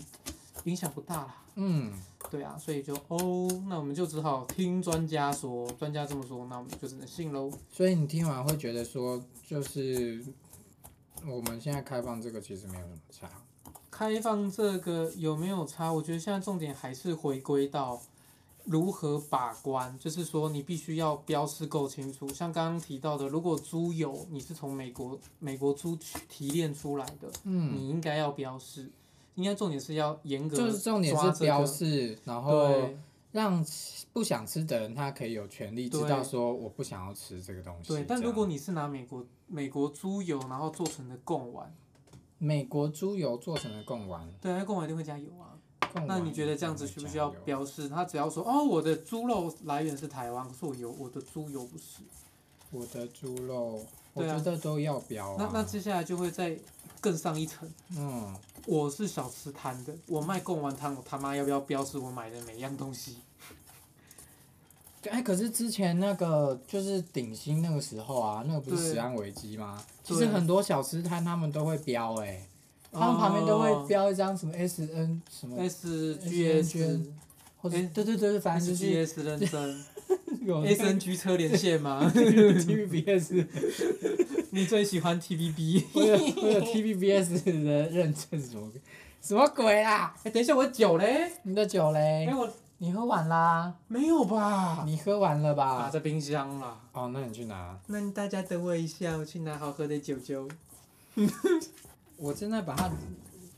Speaker 1: 影响不大啦。
Speaker 2: 嗯，
Speaker 1: 对啊，所以就哦，那我们就只好听专家说，专家这么说，那我们就只能信喽。
Speaker 2: 所以你听完会觉得说，就是我们现在开放这个其实没有什么差，
Speaker 1: 开放这个有没有差？我觉得现在重点还是回归到如何把关，就是说你必须要标示够清楚。像刚刚提到的，如果猪油你是从美国美国猪去提炼出来的，
Speaker 2: 嗯，
Speaker 1: 你应该要标示。应该重点是要严格、抓
Speaker 2: 就是重点是
Speaker 1: 这个
Speaker 2: 标示，然后
Speaker 1: 对
Speaker 2: 让不想吃的人他可以有权利知
Speaker 1: 对
Speaker 2: 道说我不想要吃这个东西。
Speaker 1: 对，但
Speaker 2: 这
Speaker 1: 如
Speaker 2: 样
Speaker 1: 果你是拿美国美国猪油然后做成的贡丸，
Speaker 2: 美国猪油做成的贡丸，
Speaker 1: 对啊，那贡丸一定会加油啊。
Speaker 2: 贡
Speaker 1: 那
Speaker 2: 丸
Speaker 1: 你觉得这样子需不需要
Speaker 2: 加油
Speaker 1: 标示？他只要说哦，我的猪肉来源是台湾，可是我油我的猪油不是。
Speaker 2: 我的猪肉我
Speaker 1: 对啊
Speaker 2: 觉得都要标
Speaker 1: 那那
Speaker 2: 啊。
Speaker 1: 接下来就会再更上一层。
Speaker 2: 嗯，
Speaker 1: 我是小吃摊的，我卖贡丸汤，我他妈要不要标示我买的每样东西？
Speaker 2: 哎，可是之前那个就是顶新那个时候啊，那个不是
Speaker 1: 对
Speaker 2: 食安危机吗？其
Speaker 1: 对
Speaker 2: 实很多小吃摊他们都会标哎、他们旁边都会标一张什么 S N 什么，
Speaker 1: 哦 S G S
Speaker 2: SGS 或者
Speaker 1: 哎
Speaker 2: 对对对对，反正
Speaker 1: S
Speaker 2: 就
Speaker 1: G 哦
Speaker 2: 是
Speaker 1: S 认真
Speaker 2: 有
Speaker 1: S N G 车连线吗？
Speaker 2: T V B S，
Speaker 1: 你最喜欢 T V B？
Speaker 2: 我有我有 T V B S 的认证是什么鬼什么鬼啦？
Speaker 1: 哎，等一下，我的酒嘞？
Speaker 2: 你的酒嘞
Speaker 1: 哎，？我
Speaker 2: 你喝完啦？
Speaker 1: 没有吧？
Speaker 2: 你喝完了
Speaker 1: 啊，
Speaker 2: 吧？
Speaker 1: 在冰箱啦。
Speaker 2: 哦，那你去拿。
Speaker 1: 那大家等我一下，我去拿好喝的酒酒。
Speaker 2: 我正在把它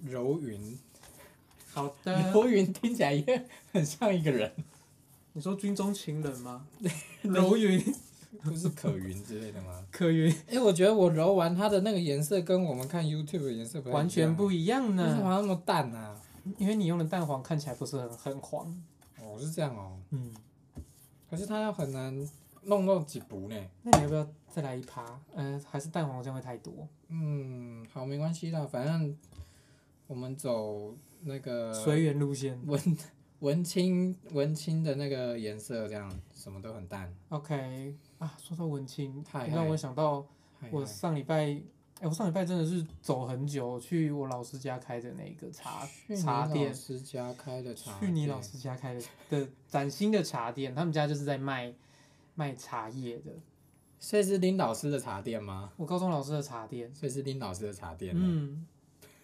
Speaker 2: 揉匀，
Speaker 1: 好的。
Speaker 2: 揉匀听起来也很像一个人，
Speaker 1: 你说军中情人 吗？柔云、
Speaker 2: 不是可云之类的 吗？
Speaker 1: 可云
Speaker 2: 哎，我觉得我揉完它的那个颜色跟我们看 YouTube 的颜色不太一样
Speaker 1: 完全不一样
Speaker 2: 为什么
Speaker 1: 呢，
Speaker 2: 要那么淡啊？
Speaker 1: 因为你用的蛋黄看起来不是很很黄。
Speaker 2: 哦，是这样哦。
Speaker 1: 嗯，
Speaker 2: 可是它要很难弄到几步呢。
Speaker 1: 那你要不要再来一趴？呃，还是蛋黄酱会太多，
Speaker 2: 嗯，好，没关系啦，反正我们走那个
Speaker 1: 随缘路线。
Speaker 2: 文文青文青的那个颜色，这样什么都很淡。
Speaker 1: OK 啊，说到文青，
Speaker 2: 嗨
Speaker 1: 让
Speaker 2: 嗨
Speaker 1: 我想到
Speaker 2: 嗨
Speaker 1: 我
Speaker 2: 嗨
Speaker 1: 上礼拜，哎、我上礼拜真的是走很久，去我老师家开的那个茶
Speaker 2: 去你
Speaker 1: 茶
Speaker 2: 老
Speaker 1: 店，
Speaker 2: 师家开的茶
Speaker 1: 去你
Speaker 2: 店
Speaker 1: 老师家开的的崭新的茶店，他们家就是在卖卖茶叶的，
Speaker 2: 所以是林老师的茶店吗？
Speaker 1: 我高中老师的茶店。
Speaker 2: 所以是林老师的茶店，，欸
Speaker 1: 嗯，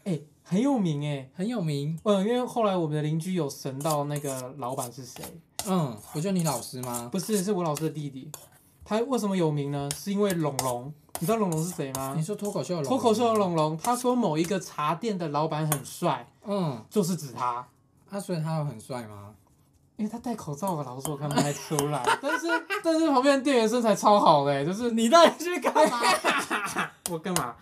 Speaker 1: 哎、很有名哎、
Speaker 2: 很有名。
Speaker 1: 嗯，因为后来我们的邻居有神到那个老板是谁，
Speaker 2: 嗯，不就你老师吗？
Speaker 1: 不是，是我老师的弟弟。他为什么有名呢？是因为龙龙，你知道龙龙是谁吗
Speaker 2: 你？说脱口秀的龙
Speaker 1: 啊脱口秀的，龙龙，他说某一个茶店的老板很帅，
Speaker 2: 嗯，
Speaker 1: 就是指他，
Speaker 2: 啊，所以他有很帅吗？
Speaker 1: 因为他戴口罩，老实说我看不太出来。 但是但是旁边的店员身材超好的、欸就是
Speaker 2: 你到底去干嘛？
Speaker 1: 我干嘛？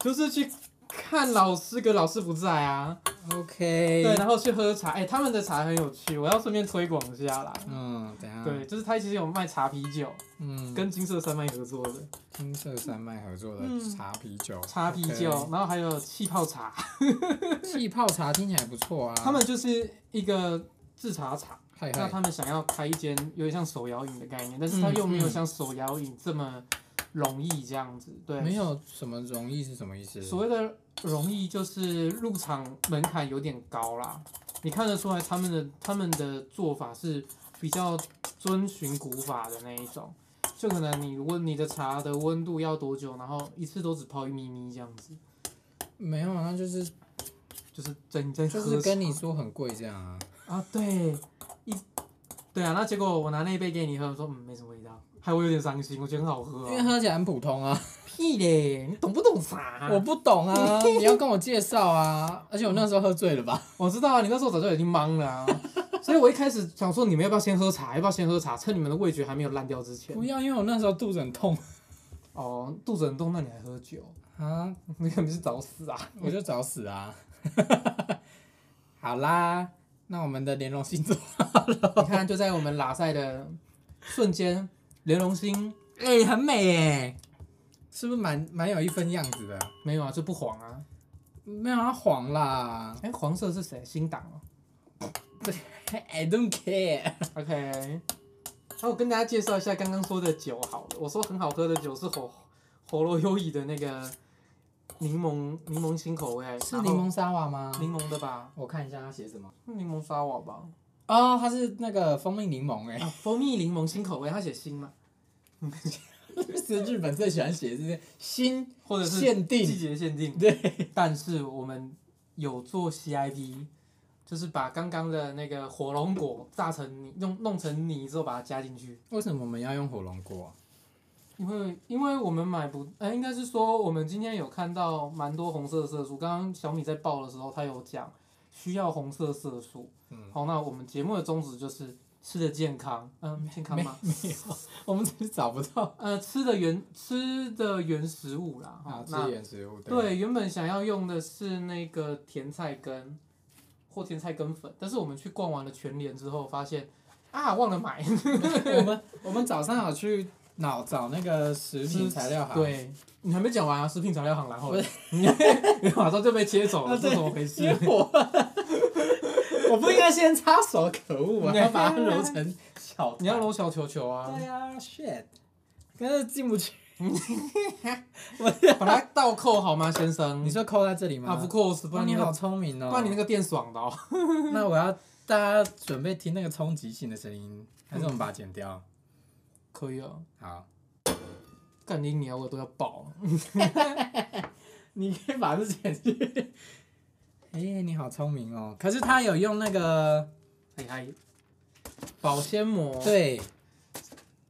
Speaker 1: 就是去看老师，跟老师不在啊。
Speaker 2: OK，
Speaker 1: 对，然后去喝茶，哎、他们的茶很有趣，我要顺便推广一下啦。
Speaker 2: 嗯，等一下，
Speaker 1: 对，，就是他其实有卖茶啤酒，
Speaker 2: 嗯，跟
Speaker 1: 跟金色山脉合作的
Speaker 2: 金色山脉合作的
Speaker 1: 嗯
Speaker 2: 茶啤酒，
Speaker 1: 茶啤酒
Speaker 2: OK 啊
Speaker 1: 然后还有气泡茶，
Speaker 2: 气泡茶听起来不错啊。
Speaker 1: 他们就是一个制茶厂。
Speaker 2: 嗨
Speaker 1: 那
Speaker 2: 嗨，
Speaker 1: 他们想要开一间有点像手摇饮的概念，但
Speaker 2: 嗯
Speaker 1: 是他又没有像手摇饮这么容易这样子。对，
Speaker 2: 没有什么容易是什么意思？
Speaker 1: 所谓的容易就是入场门槛有点高啦。你看得出来他们的他们的做法是比较遵循古法的那一种，就可能你温你的茶的温度要多久，然后一次都只泡一咪咪这样子，
Speaker 2: 没有，啊那就是
Speaker 1: 就是真真
Speaker 2: 就
Speaker 1: 喝
Speaker 2: 是跟
Speaker 1: 茶
Speaker 2: 你说很贵这样啊。
Speaker 1: 啊对一对啊，那结果我拿那一杯给你喝，我说嗯没什么味道，害我有点伤心，我觉得很好喝、
Speaker 2: 因为
Speaker 1: 啊。
Speaker 2: 喝起来很普通啊，
Speaker 1: 屁嘞，你懂不懂茶、啊？
Speaker 2: 我不懂啊，你要跟我介绍啊，而且我那时候喝醉了吧？
Speaker 1: 我知道啊，你那时候早就已经懵了、 啊，所以我一开始想说你们要不要先喝茶，要不要先喝茶，趁你们的味觉还没有烂掉之前
Speaker 2: 不。要，因为我那时候肚子很痛
Speaker 1: 哦，肚子很痛，那你还喝酒，
Speaker 2: 啊，
Speaker 1: 你肯定是找死 啊！
Speaker 2: 我就找死啊。 好啦，那我们的莲蓉星座，
Speaker 1: 你看，就在我们拉赛的瞬间，莲蓉心
Speaker 2: 哎、很美耶，是不是蛮蛮有一分样子的？
Speaker 1: 没有啊，就不黄啊。
Speaker 2: 没有，它黄啦。
Speaker 1: 哎、黄色是谁？新党哦。
Speaker 2: I don't care。
Speaker 1: OK，那我跟大家介绍一下刚刚说的酒好了。我说很好喝的酒是火火罗优以的那个柠檬柠檬新口味，
Speaker 2: 是柠檬沙瓦吗
Speaker 1: 然后？柠檬的吧？
Speaker 2: 我看一下它写什么。
Speaker 1: 是柠檬沙瓦吧？
Speaker 2: 哦，它是那个蜂蜜柠檬哎，
Speaker 1: 啊，蜂蜜柠檬新口味，他写新嘛，
Speaker 2: 是日本最喜欢写这些新
Speaker 1: 或者是
Speaker 2: 限
Speaker 1: 季
Speaker 2: 定。
Speaker 1: 节限定。
Speaker 2: 对，
Speaker 1: 但是我们有做 CIP，就是把刚刚的那个火龙果榨成泥，弄弄成泥之后把它加进去。
Speaker 2: 为什么我们要用火龙果啊？
Speaker 1: 因为因为我们买不，呃，应该是说我们今天有看到蛮多红色色素。刚刚小米在报的时候，他有讲需要红色色素。
Speaker 2: 嗯
Speaker 1: 好，那我们节目的宗旨就是吃的健康，嗯，健康
Speaker 2: 没
Speaker 1: 吗？
Speaker 2: 没有，我们只是找不到
Speaker 1: 呃，吃的原吃的原食物啦，好
Speaker 2: 啊，
Speaker 1: 那
Speaker 2: 吃原食物。
Speaker 1: 对，原本想要用的是那个甜菜根或甜菜根粉，但是我们去逛完了全联之后，发现啊忘了买。
Speaker 2: 我们我们早上有去脑找那个食品材料行，，
Speaker 1: 对，你还没讲完啊，食品材料行，然后
Speaker 2: 不
Speaker 1: 呢你 马上就被切走了，
Speaker 2: 啊
Speaker 1: 是
Speaker 2: 对
Speaker 1: 怎么回事
Speaker 2: 因？为我我不应该先插手，可恶！我
Speaker 1: 你
Speaker 2: 要把它揉成 小团，
Speaker 1: 你要揉小球球 啊
Speaker 2: 对，啊，shit，可是 进不去。
Speaker 1: 把它倒扣好吗，先生？
Speaker 2: 你说扣在这里吗？
Speaker 1: 啊，of course，不
Speaker 2: 哇，
Speaker 1: 然
Speaker 2: 你
Speaker 1: 你那
Speaker 2: 好
Speaker 1: 个，
Speaker 2: 聪明哦！
Speaker 1: 不然你那个电爽的哦。
Speaker 2: 那我要大家准备听那个冲击性的声音，还是我们把它剪掉？
Speaker 1: 可以啊，
Speaker 2: 好，
Speaker 1: 干你鸟我都要爆了。
Speaker 2: 你可以把这剪去。 哎、你好聪明哦！可是他有用那个
Speaker 1: 哎嗨，保鲜膜。
Speaker 2: 对，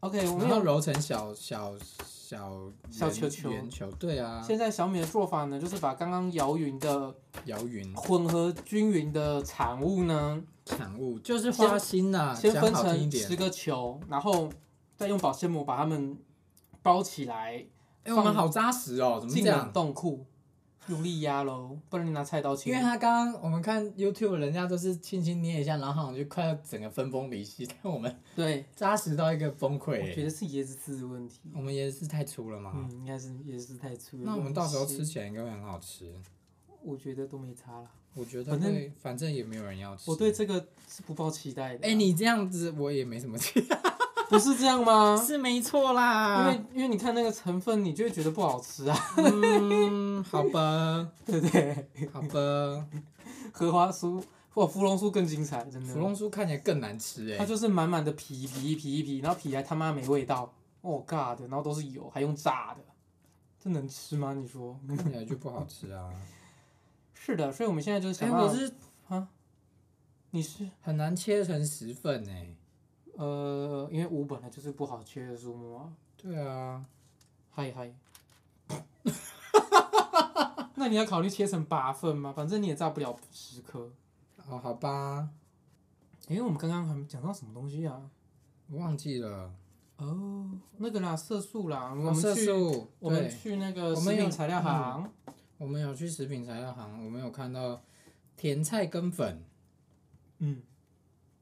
Speaker 1: ，OK，我们
Speaker 2: 然后
Speaker 1: 有。
Speaker 2: 揉成小小小
Speaker 1: 小
Speaker 2: 圆
Speaker 1: 球球
Speaker 2: 圆球，对啊，
Speaker 1: 现在小米的做法呢，就是把刚刚摇匀的
Speaker 2: 摇匀
Speaker 1: 混合均匀的产物呢，
Speaker 2: 产物就是花心呐、
Speaker 1: 先
Speaker 2: 啊讲
Speaker 1: 分
Speaker 2: 好听一
Speaker 1: 成十
Speaker 2: 点。
Speaker 1: 个球，然后再用保鲜膜把它们包起来，
Speaker 2: 哎、我们好扎实哦，怎么
Speaker 1: 进
Speaker 2: 这样
Speaker 1: 冷？冻库，用力压喽，不然你拿菜刀切
Speaker 2: 因为。他刚刚我们看 YouTube，人家都是轻轻捏一下，然后好像就快要整个分崩离析，但我们
Speaker 1: 对，
Speaker 2: 扎实到一个崩
Speaker 1: 我
Speaker 2: 溃
Speaker 1: 觉
Speaker 2: 欸。
Speaker 1: 得是椰子汁的问题。
Speaker 2: 我们也是太粗了嘛。
Speaker 1: 嗯，应该是椰子太粗了。
Speaker 2: 哦那我们到时候吃
Speaker 1: 是，
Speaker 2: 起来应该会很好吃，
Speaker 1: 我觉得都没差了。
Speaker 2: 我觉得
Speaker 1: 反正
Speaker 2: 会，反正也没有人要吃。
Speaker 1: 我对这个是不抱期待的啊。
Speaker 2: 哎、你这样子我也没什么吃，？
Speaker 1: 不 是这样吗
Speaker 2: 是啊没错
Speaker 1: 因
Speaker 2: 啦
Speaker 1: 为。因为你看那个成分，你就会觉得不好吃啊，
Speaker 2: 嗯，好 吧，
Speaker 1: 对不对？
Speaker 2: 好吧。
Speaker 1: 荷花酥哇，芙蓉酥更精彩，真的。
Speaker 2: 芙蓉酥看起来更难吃哎、
Speaker 1: 它就是满满的皮皮皮皮，然后皮还他妈没味道，哦、god，然后都是油，还用炸的，这能吃吗？你说？
Speaker 2: 看起来就不好吃啊。
Speaker 1: 是的，所以我们现在就是
Speaker 2: 哎、
Speaker 1: 想办
Speaker 2: 我
Speaker 1: 法。啊
Speaker 2: 是
Speaker 1: 你是
Speaker 2: 很难切成十份哎、
Speaker 1: 呃，因为五本来就是不好切的数目啊，
Speaker 2: 对啊，
Speaker 1: 嗨嗨。 那你要考虑切成八份吗？反正你也炸不了十颗。
Speaker 2: 哦，好吧，
Speaker 1: 因为我们刚刚还没讲到什么东西啊？
Speaker 2: 我忘记了。
Speaker 1: 哦，那个啦，色素啦，我
Speaker 2: 哦
Speaker 1: 们
Speaker 2: 色
Speaker 1: 去
Speaker 2: 素，
Speaker 1: 我们
Speaker 2: 对
Speaker 1: 去那个
Speaker 2: 我
Speaker 1: 食
Speaker 2: 们有
Speaker 1: 品材料行，
Speaker 2: 我们有去食品材料行，我们有看到甜菜根粉，
Speaker 1: 嗯，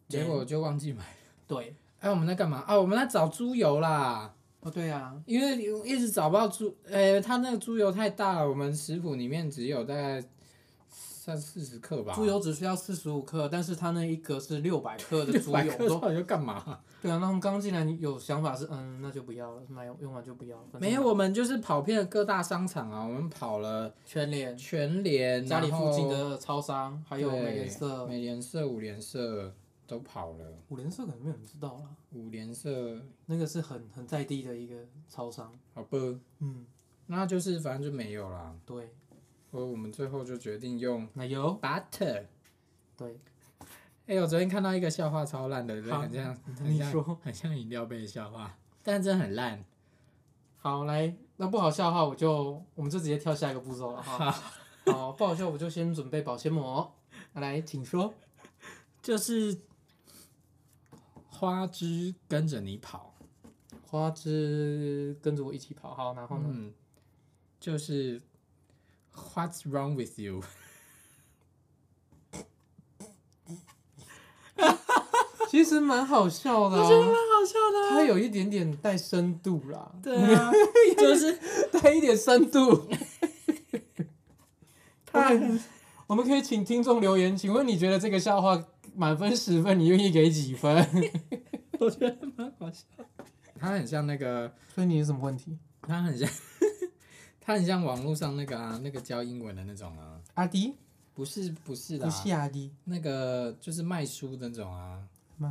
Speaker 2: 结果就忘记买。
Speaker 1: 对，
Speaker 2: 哎、我们在干嘛？啊，我们在找猪油啦，
Speaker 1: 哦对啊，
Speaker 2: 因为一直找不到猪，呃、它那个猪油太大了，我们食谱里面只有大概三四十克吧。
Speaker 1: 猪 油只需要四十五克，但是它那一格是六百克的
Speaker 2: 六
Speaker 1: 猪
Speaker 2: 百
Speaker 1: 油
Speaker 2: 克到
Speaker 1: 都。
Speaker 2: 底要干嘛？
Speaker 1: 对啊，那他们刚进来有想法是，嗯，那就不要了，买用完就不要了。反正
Speaker 2: 没有，我们就是跑遍了各大商场啊，我们跑了
Speaker 1: 全联、
Speaker 2: 全联，
Speaker 1: 家里
Speaker 2: 然
Speaker 1: 附
Speaker 2: 后
Speaker 1: 近的超商，还有
Speaker 2: 对
Speaker 1: 美联社。
Speaker 2: 美联社、五联社都跑了，
Speaker 1: 五联社可能没有人知道啦，
Speaker 2: 五联社
Speaker 1: 那个是很很在地的一个超商。
Speaker 2: 好不，
Speaker 1: 嗯，
Speaker 2: 那就是反正就没有啦。
Speaker 1: 对，
Speaker 2: 我我们最后就决定用
Speaker 1: 奶油，
Speaker 2: butter。
Speaker 1: 对，
Speaker 2: 哎、我昨天看到一个笑话超烂的，
Speaker 1: 好
Speaker 2: 很像很
Speaker 1: 你
Speaker 2: 像
Speaker 1: 说
Speaker 2: 很像饮料杯的笑话，但真的很烂。
Speaker 1: 好来，那不好笑的话，我就我们就直接跳下一个步骤了哈。好，不好笑，我就先准备保鲜膜。来，请说。
Speaker 2: 就是花枝跟着你跑，
Speaker 1: 花枝跟着我一起跑，好，然后呢？
Speaker 2: 嗯，就是 What's wrong with you？
Speaker 1: 其实蛮好笑的、啊，
Speaker 2: 好笑的
Speaker 1: 它有一点点带深度啦，
Speaker 2: 对啊， 就是
Speaker 1: 带一点深度。
Speaker 2: 他
Speaker 1: 我们可以请听众留言，请问你觉得这个笑话满分十分，你愿意给几分？
Speaker 2: 我觉得蛮好笑的。他很像那个，
Speaker 1: 所以你有什么问题？
Speaker 2: 他很像，他很像网络上那个啊，那个教英文的那种啊，
Speaker 1: 阿迪？
Speaker 2: 不是不是的、
Speaker 1: 不是阿迪，
Speaker 2: 那个就是卖书的那种啊，
Speaker 1: 卖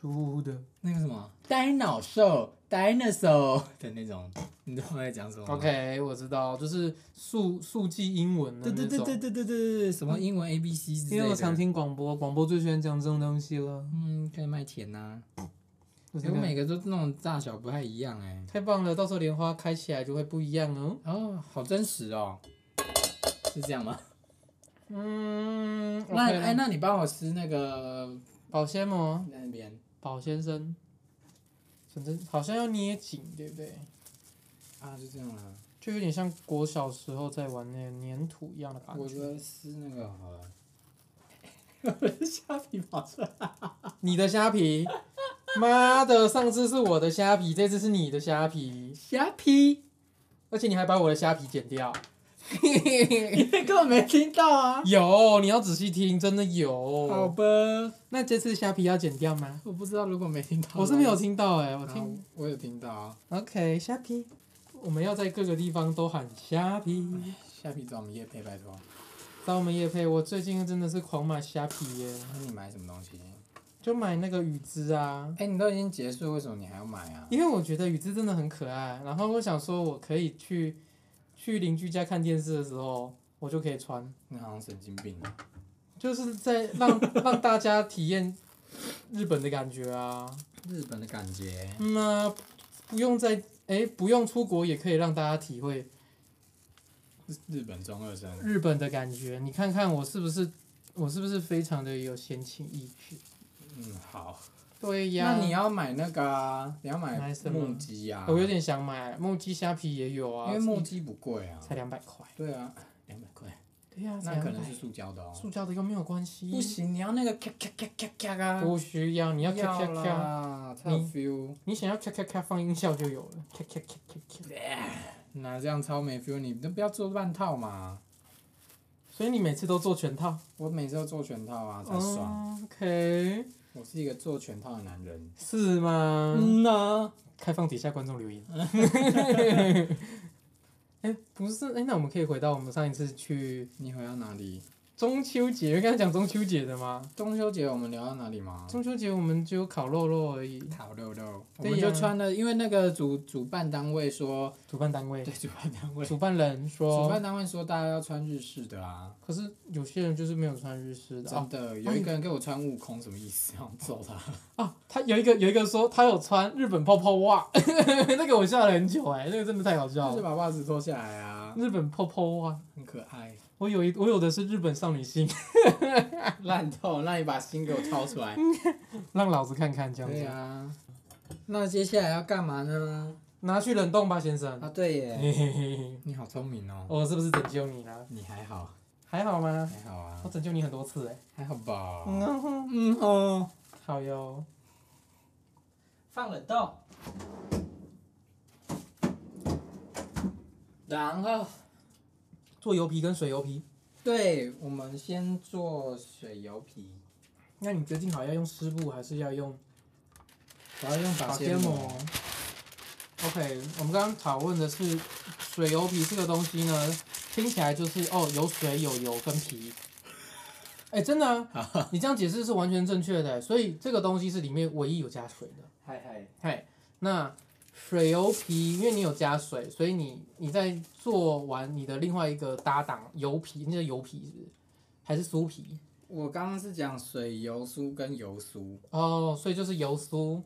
Speaker 1: 书的。
Speaker 2: 那个什么 dino 兽 dinosaur 的那种，你知道我在讲什么吗
Speaker 1: OK，我知道，就是速速记英文的
Speaker 2: 对
Speaker 1: 那
Speaker 2: 对
Speaker 1: 种。
Speaker 2: 对对对对对对，什么英文 A B C 之类
Speaker 1: 因为我常
Speaker 2: 的。
Speaker 1: 听广播，广播最喜欢讲这种东西了。
Speaker 2: 嗯，可以卖甜呐、
Speaker 1: 我
Speaker 2: 啊，
Speaker 1: 这
Speaker 2: 我
Speaker 1: 个
Speaker 2: 每个都那种大小不太一样哎、
Speaker 1: 太棒了，到时候莲花开起来就会不一样哦。
Speaker 2: 哦，好真实哦，是这样吗？
Speaker 1: 嗯，
Speaker 2: 那哎、
Speaker 1: 那
Speaker 2: 那你帮我撕那个
Speaker 1: 保鲜膜，
Speaker 2: 那边，
Speaker 1: 保先生，反正好像要捏紧，对不对？
Speaker 2: 啊，就这样啦、
Speaker 1: 就有点像国小时候在玩那个粘土一样的感
Speaker 2: 我觉
Speaker 1: 觉。
Speaker 2: 得撕那个好了。我的虾皮跑出来，
Speaker 1: 你的虾皮， 妈的，上次是我的虾皮，这次是你的虾皮，
Speaker 2: 虾皮，
Speaker 1: 而且你还把我的虾皮剪掉。
Speaker 2: 你 根本没听到啊！
Speaker 1: 有，你要仔细听，真的
Speaker 2: 好
Speaker 1: 有。
Speaker 2: 吧，
Speaker 1: 那这次虾皮要剪掉吗？
Speaker 2: 我不知道，如果没听到，
Speaker 1: 我是没有听到哎、我听
Speaker 2: 啊，我有听到啊。
Speaker 1: OK 虾皮，我们要在各个地方都喊虾皮。
Speaker 2: 虾皮找我们叶配，拜托。
Speaker 1: 找我们叶配，我最近真的是狂买虾皮耶、
Speaker 2: 那你买什么东西？
Speaker 1: 就买那个雨之啊，
Speaker 2: 哎、你都已经结束，为什么你还要买啊？
Speaker 1: 因为我觉得雨之真的很可爱，然后我想说我可以去去邻居家看电视的时候，我就可以穿，
Speaker 2: 你好像神经病啊！
Speaker 1: 就是在让让大家体验日本的感觉啊，
Speaker 2: 日本的感觉，
Speaker 1: 嗯啊，不用在哎、不用出国也可以让大家体会
Speaker 2: 日本中二生，
Speaker 1: 日本的感觉，你看看我是不是我是不是非常的有闲情逸致？
Speaker 2: 嗯，好。
Speaker 1: 对呀，
Speaker 2: 那你要买那个啊，你要买
Speaker 1: 买什么哦
Speaker 2: 木屐呀、啊。
Speaker 1: 我有，点想买木鸡虾皮也有啊，
Speaker 2: 因为木屐不贵啊。
Speaker 1: 才两百块，
Speaker 2: 对啊，两百块，
Speaker 1: 对呀、才
Speaker 2: 那可
Speaker 1: 两
Speaker 2: 能是
Speaker 1: 百。
Speaker 2: 塑胶的哦。
Speaker 1: 塑胶的又没有关系，
Speaker 2: 不行，你要那个咔咔咔咔咔啊！
Speaker 1: 不需要，你要咔咔咔，
Speaker 2: 啦，超有
Speaker 1: 你
Speaker 2: feel。
Speaker 1: 你想要咔咔咔放音效就有了，咔咔咔咔咔。
Speaker 2: 那这样超没 feel，你都不要做半套嘛。
Speaker 1: 所以你每次都做全套，
Speaker 2: 我每次都做全套啊，才爽。
Speaker 1: 哦 OK，
Speaker 2: 我是一个做全套的男人。嗯啊
Speaker 1: 是吗？
Speaker 2: 呐，
Speaker 1: 开放底下观众留言。 哎、不是，哎、那我们可以回到我们上一次去
Speaker 2: 你回到哪里？
Speaker 1: 中秋节，因为刚才讲中秋节的吗？
Speaker 2: 中秋节我们聊到哪里吗？
Speaker 1: 中秋节我们只有烤肉肉而已，
Speaker 2: 烤肉肉，我
Speaker 1: 对呀
Speaker 2: 们就穿了，因为那个主主办单位说，
Speaker 1: 主办单位
Speaker 2: 对，主办单位，
Speaker 1: 主办人
Speaker 2: 主
Speaker 1: 说
Speaker 2: 办，单位说大家要穿日式的啊，
Speaker 1: 可是有些人就是没有穿日式的哦
Speaker 2: 真的，有一个人给我穿悟空，什么意思？想揍他？
Speaker 1: 啊，他有一个有一个说他有穿日本泡泡袜， 那个我笑了很久哎、那个真的太好笑
Speaker 2: 就是
Speaker 1: 了。
Speaker 2: 把袜子脱下来啊，
Speaker 1: 日本泡泡袜，
Speaker 2: 很可爱，
Speaker 1: 我有一我有的是日本少女心，
Speaker 2: 烂透，那你把心给我掏出来。
Speaker 1: 让老子看看这样
Speaker 2: 对
Speaker 1: 子。
Speaker 2: 啊，那接下来要干嘛呢？
Speaker 1: 拿去冷冻吧，先生。
Speaker 2: 啊，对耶，
Speaker 1: 嘿嘿嘿嘿
Speaker 2: 你好聪明哦。
Speaker 1: 我是不是拯救你了？
Speaker 2: 你还好，
Speaker 1: 还好吗？
Speaker 2: 还好啊
Speaker 1: 我，拯救你很多次哎、
Speaker 2: 还好吧。
Speaker 1: 嗯啊哼
Speaker 2: 嗯哦，
Speaker 1: 好哟。
Speaker 2: 放冷冻。然后，
Speaker 1: 做油皮跟水油皮，
Speaker 2: 对我们先做水油皮，
Speaker 1: 那你决定好要用湿布还是要用
Speaker 2: 我要用
Speaker 1: 保
Speaker 2: 保
Speaker 1: 鲜
Speaker 2: 鲜
Speaker 1: 膜
Speaker 2: 膜。
Speaker 1: OK，我们刚刚讨论的是水油皮这个东西呢，听起来就是哦，有水有油跟皮。哎、真的、啊，你这样解释是完全正确的。欸所以这个东西是里面唯一有加水的。
Speaker 2: 嗨嗨，
Speaker 1: 嘿，那水油皮，因为你有加水，所以你你在做完你的另外一个搭档油皮，那叫油皮是不是？还是酥皮？
Speaker 2: 我刚刚是讲水油酥跟油酥，
Speaker 1: 哦，所以就是油酥。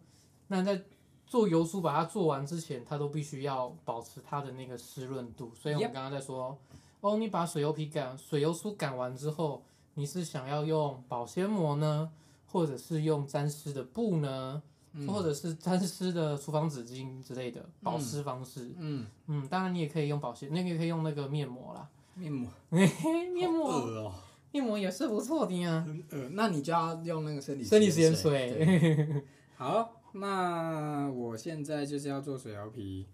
Speaker 1: 那在做油酥把它做完之前，它都必须要保持它的那个湿润度。所以我们
Speaker 2: Yep
Speaker 1: 刚刚在说哦，你把水油皮擀水油酥擀完之后，你是想要用保鲜膜呢，或者是用沾湿的布呢，或者是沾湿的厨房纸巾之类的保湿方式。
Speaker 2: 嗯，
Speaker 1: 嗯当然你也可以用保鲜，那个也可以用那个面膜啦。
Speaker 2: 面膜，
Speaker 1: 面膜
Speaker 2: 饿哦，
Speaker 1: 面膜也是不错的呀。
Speaker 2: 很饿，嗯呃那你就要用那个生理
Speaker 1: 生理实验
Speaker 2: 对
Speaker 1: 水，
Speaker 2: 好，那我现在就是要做水摇皮，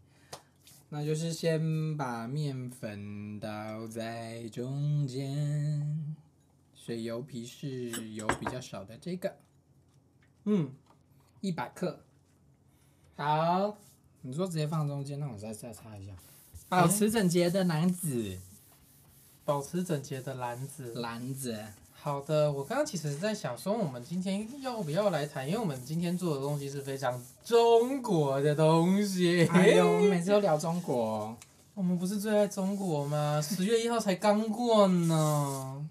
Speaker 2: 那就是先把面粉倒在中间，水油皮是油比较少的这个，
Speaker 1: 嗯，
Speaker 2: 一百克。
Speaker 1: 好，
Speaker 2: 你说直接放中间，那我再再擦一下。
Speaker 1: 哎
Speaker 2: 保持整洁的男子，
Speaker 1: 保持整洁的篮子。
Speaker 2: 篮子，
Speaker 1: 好的，我刚刚其实在想说，我们今天要不要来谈？因为我们今天做的东西是非常中国的东西。
Speaker 2: 哎呦，每次都聊中国，
Speaker 1: 我们不是最爱中国吗？十月一号才刚过 呢。